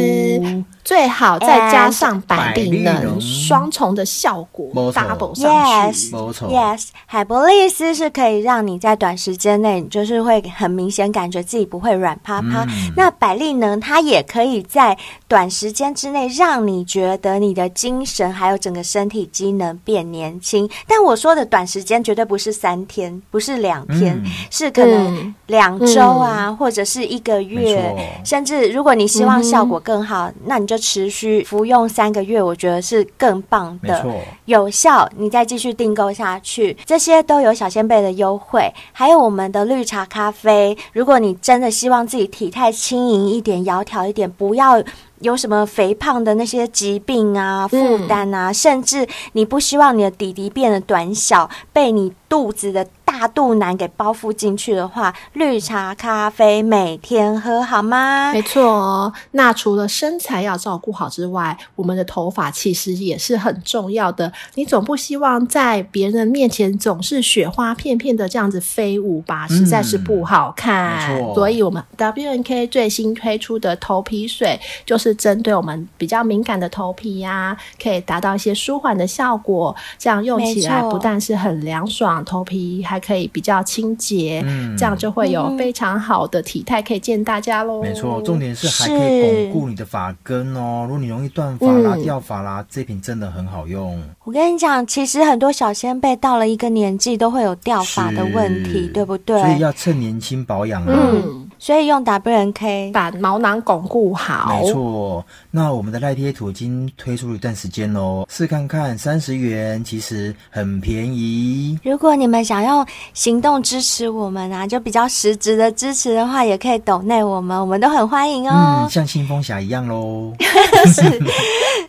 S4: 最好再加上百利
S3: 百利
S4: 能，
S3: 能
S4: 双重的效果
S3: 没错
S4: ，double 上
S2: Yes
S4: 去。
S3: 没错
S2: Yes，海博利斯是可以让你在短时间内，你就是会很明显感觉自己不会软趴趴。
S3: 嗯
S2: 那百利能它也可以在短时间之内让你觉得你的精神还有整个身体机能变年轻。但我说的短时间绝对不是三天，不是两天，
S3: 嗯
S2: 是可能
S4: 嗯
S2: 两周啊，或者是一个
S3: 没
S2: 月
S3: 错，
S2: 甚至如果你希望
S4: 嗯哼
S2: 效果更好，那你就持续服用三个月，我觉得是更棒
S3: 没
S2: 的。
S3: 错，
S2: 有效，你再继续订购下去，这些都有小仙贝的优惠，还有我们的绿茶咖啡。如果你真的希望自己体态轻盈一点、窈窕一点，不要。有什么肥胖的那些疾病啊、
S3: 嗯
S2: 负担啊，甚至你不希望你的底底变得短小，被你肚子的大肚腩给包覆进去的话，绿茶咖啡每天喝好吗？
S3: 嗯
S4: 没错哦，那除了身材要照顾好之外，我们的头发其实也是很重要的。你总不希望在别人面前总是雪花片片的这样子飞舞吧，实在是不好看。
S3: 没错
S4: 所以我们 W N K 最新推出的头皮水，就是针对我们比较敏感的头皮呀、可以达到一些舒缓的效果。这样用起来
S2: 没错
S4: 不但是很凉爽，头皮还可以比较清洁，
S3: 嗯
S4: 这样就哦会有
S2: 嗯
S4: 非常好的体态可以见大家喽。
S3: 没错。重点是还可以
S2: 是
S3: 巩固你的发根哦，如果你容易断发啦、
S4: 嗯
S3: 掉发啦，这瓶真的很好用。
S2: 我跟你讲，其实很多小先辈到了一个年纪都会有掉发的问题
S3: 是，
S2: 对不对？
S3: 所以要趁年轻保养啊。
S4: 嗯，
S2: 所以用 WNK
S4: 把毛囊巩固好。 *laughs*
S3: 没错，那我们的赖贴图已经推出了一段时间喽，试看看三十元，其实很便宜。
S2: 如果你们想用行动支持我们啊，就比较实质的支持的话，也可以抖内我们，我们都很欢迎
S3: 嗯，
S2: 哦。
S3: 像清风侠一样喽。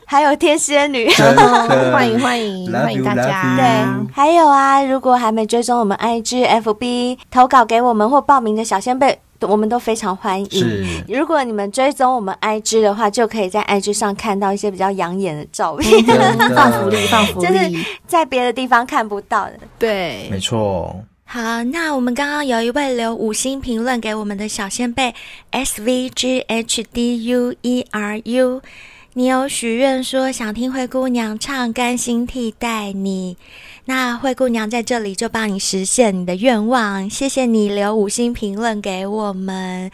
S2: 还有天蝎女。 *laughs*
S3: 真的
S4: 欢迎欢迎
S3: Love
S4: 欢迎大
S3: you,
S4: 家
S3: love you
S2: 对
S3: 嗯，
S2: 还有啊，如果还没追踪我们 IG、FB 投稿给我们或报名的小先辈，
S8: 我们都非常欢迎。
S3: 是
S8: 如果你们追踪我们 IG 的话，就可以在 IG 上看到一些比较养眼的照片，
S2: *laughs*
S3: 真
S4: *laughs* 放福利，
S3: 的，
S4: 放福
S8: 就是
S4: 利，
S8: 在别的地方看不到的。
S9: 对
S3: 没，错，
S2: 好，那我们刚刚有一位留五星评论给我们的小先辈 S V G H D U E R U，你有许愿说想听灰姑娘唱《甘心替代你》，那灰姑娘在这里就帮你实现你的愿望，谢谢你留五星评论给我们。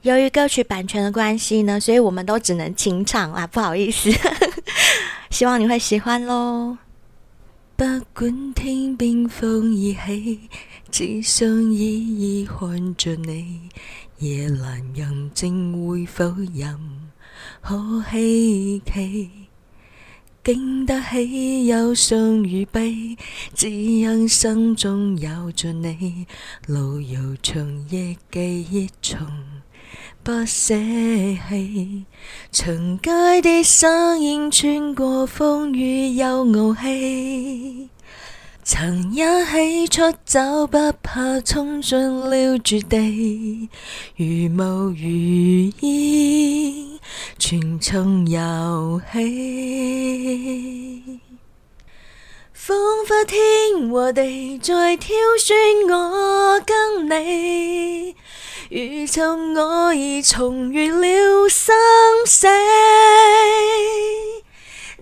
S2: 由于歌曲版权的关系呢，所以我们都只能清唱啦，不好意思， *laughs* 希望你会喜欢喽。不管天边风已起。只想依依看着你，夜闌人靜會否任可希冀？經得起憂傷與悲，只因心中有着你。路遙長夜記憶從不捨棄，長街的身影穿過風雨又傲氣。曾一起出走，不怕衝進了絕地，如無如意，全從遊戲。仿佛天和地在挑選我跟你，如從我已重遇了生死。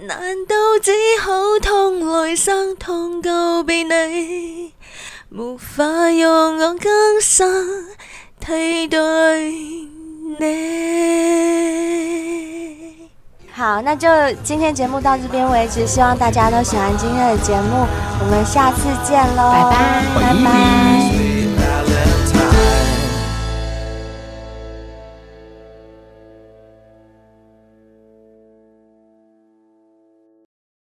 S2: 难道只好痛来生痛告别你？无法用我今生替代你。
S8: 好，那就今天节目到这边为止，希望大家都喜欢今天的节目，我们下次见喽，拜拜，拜拜。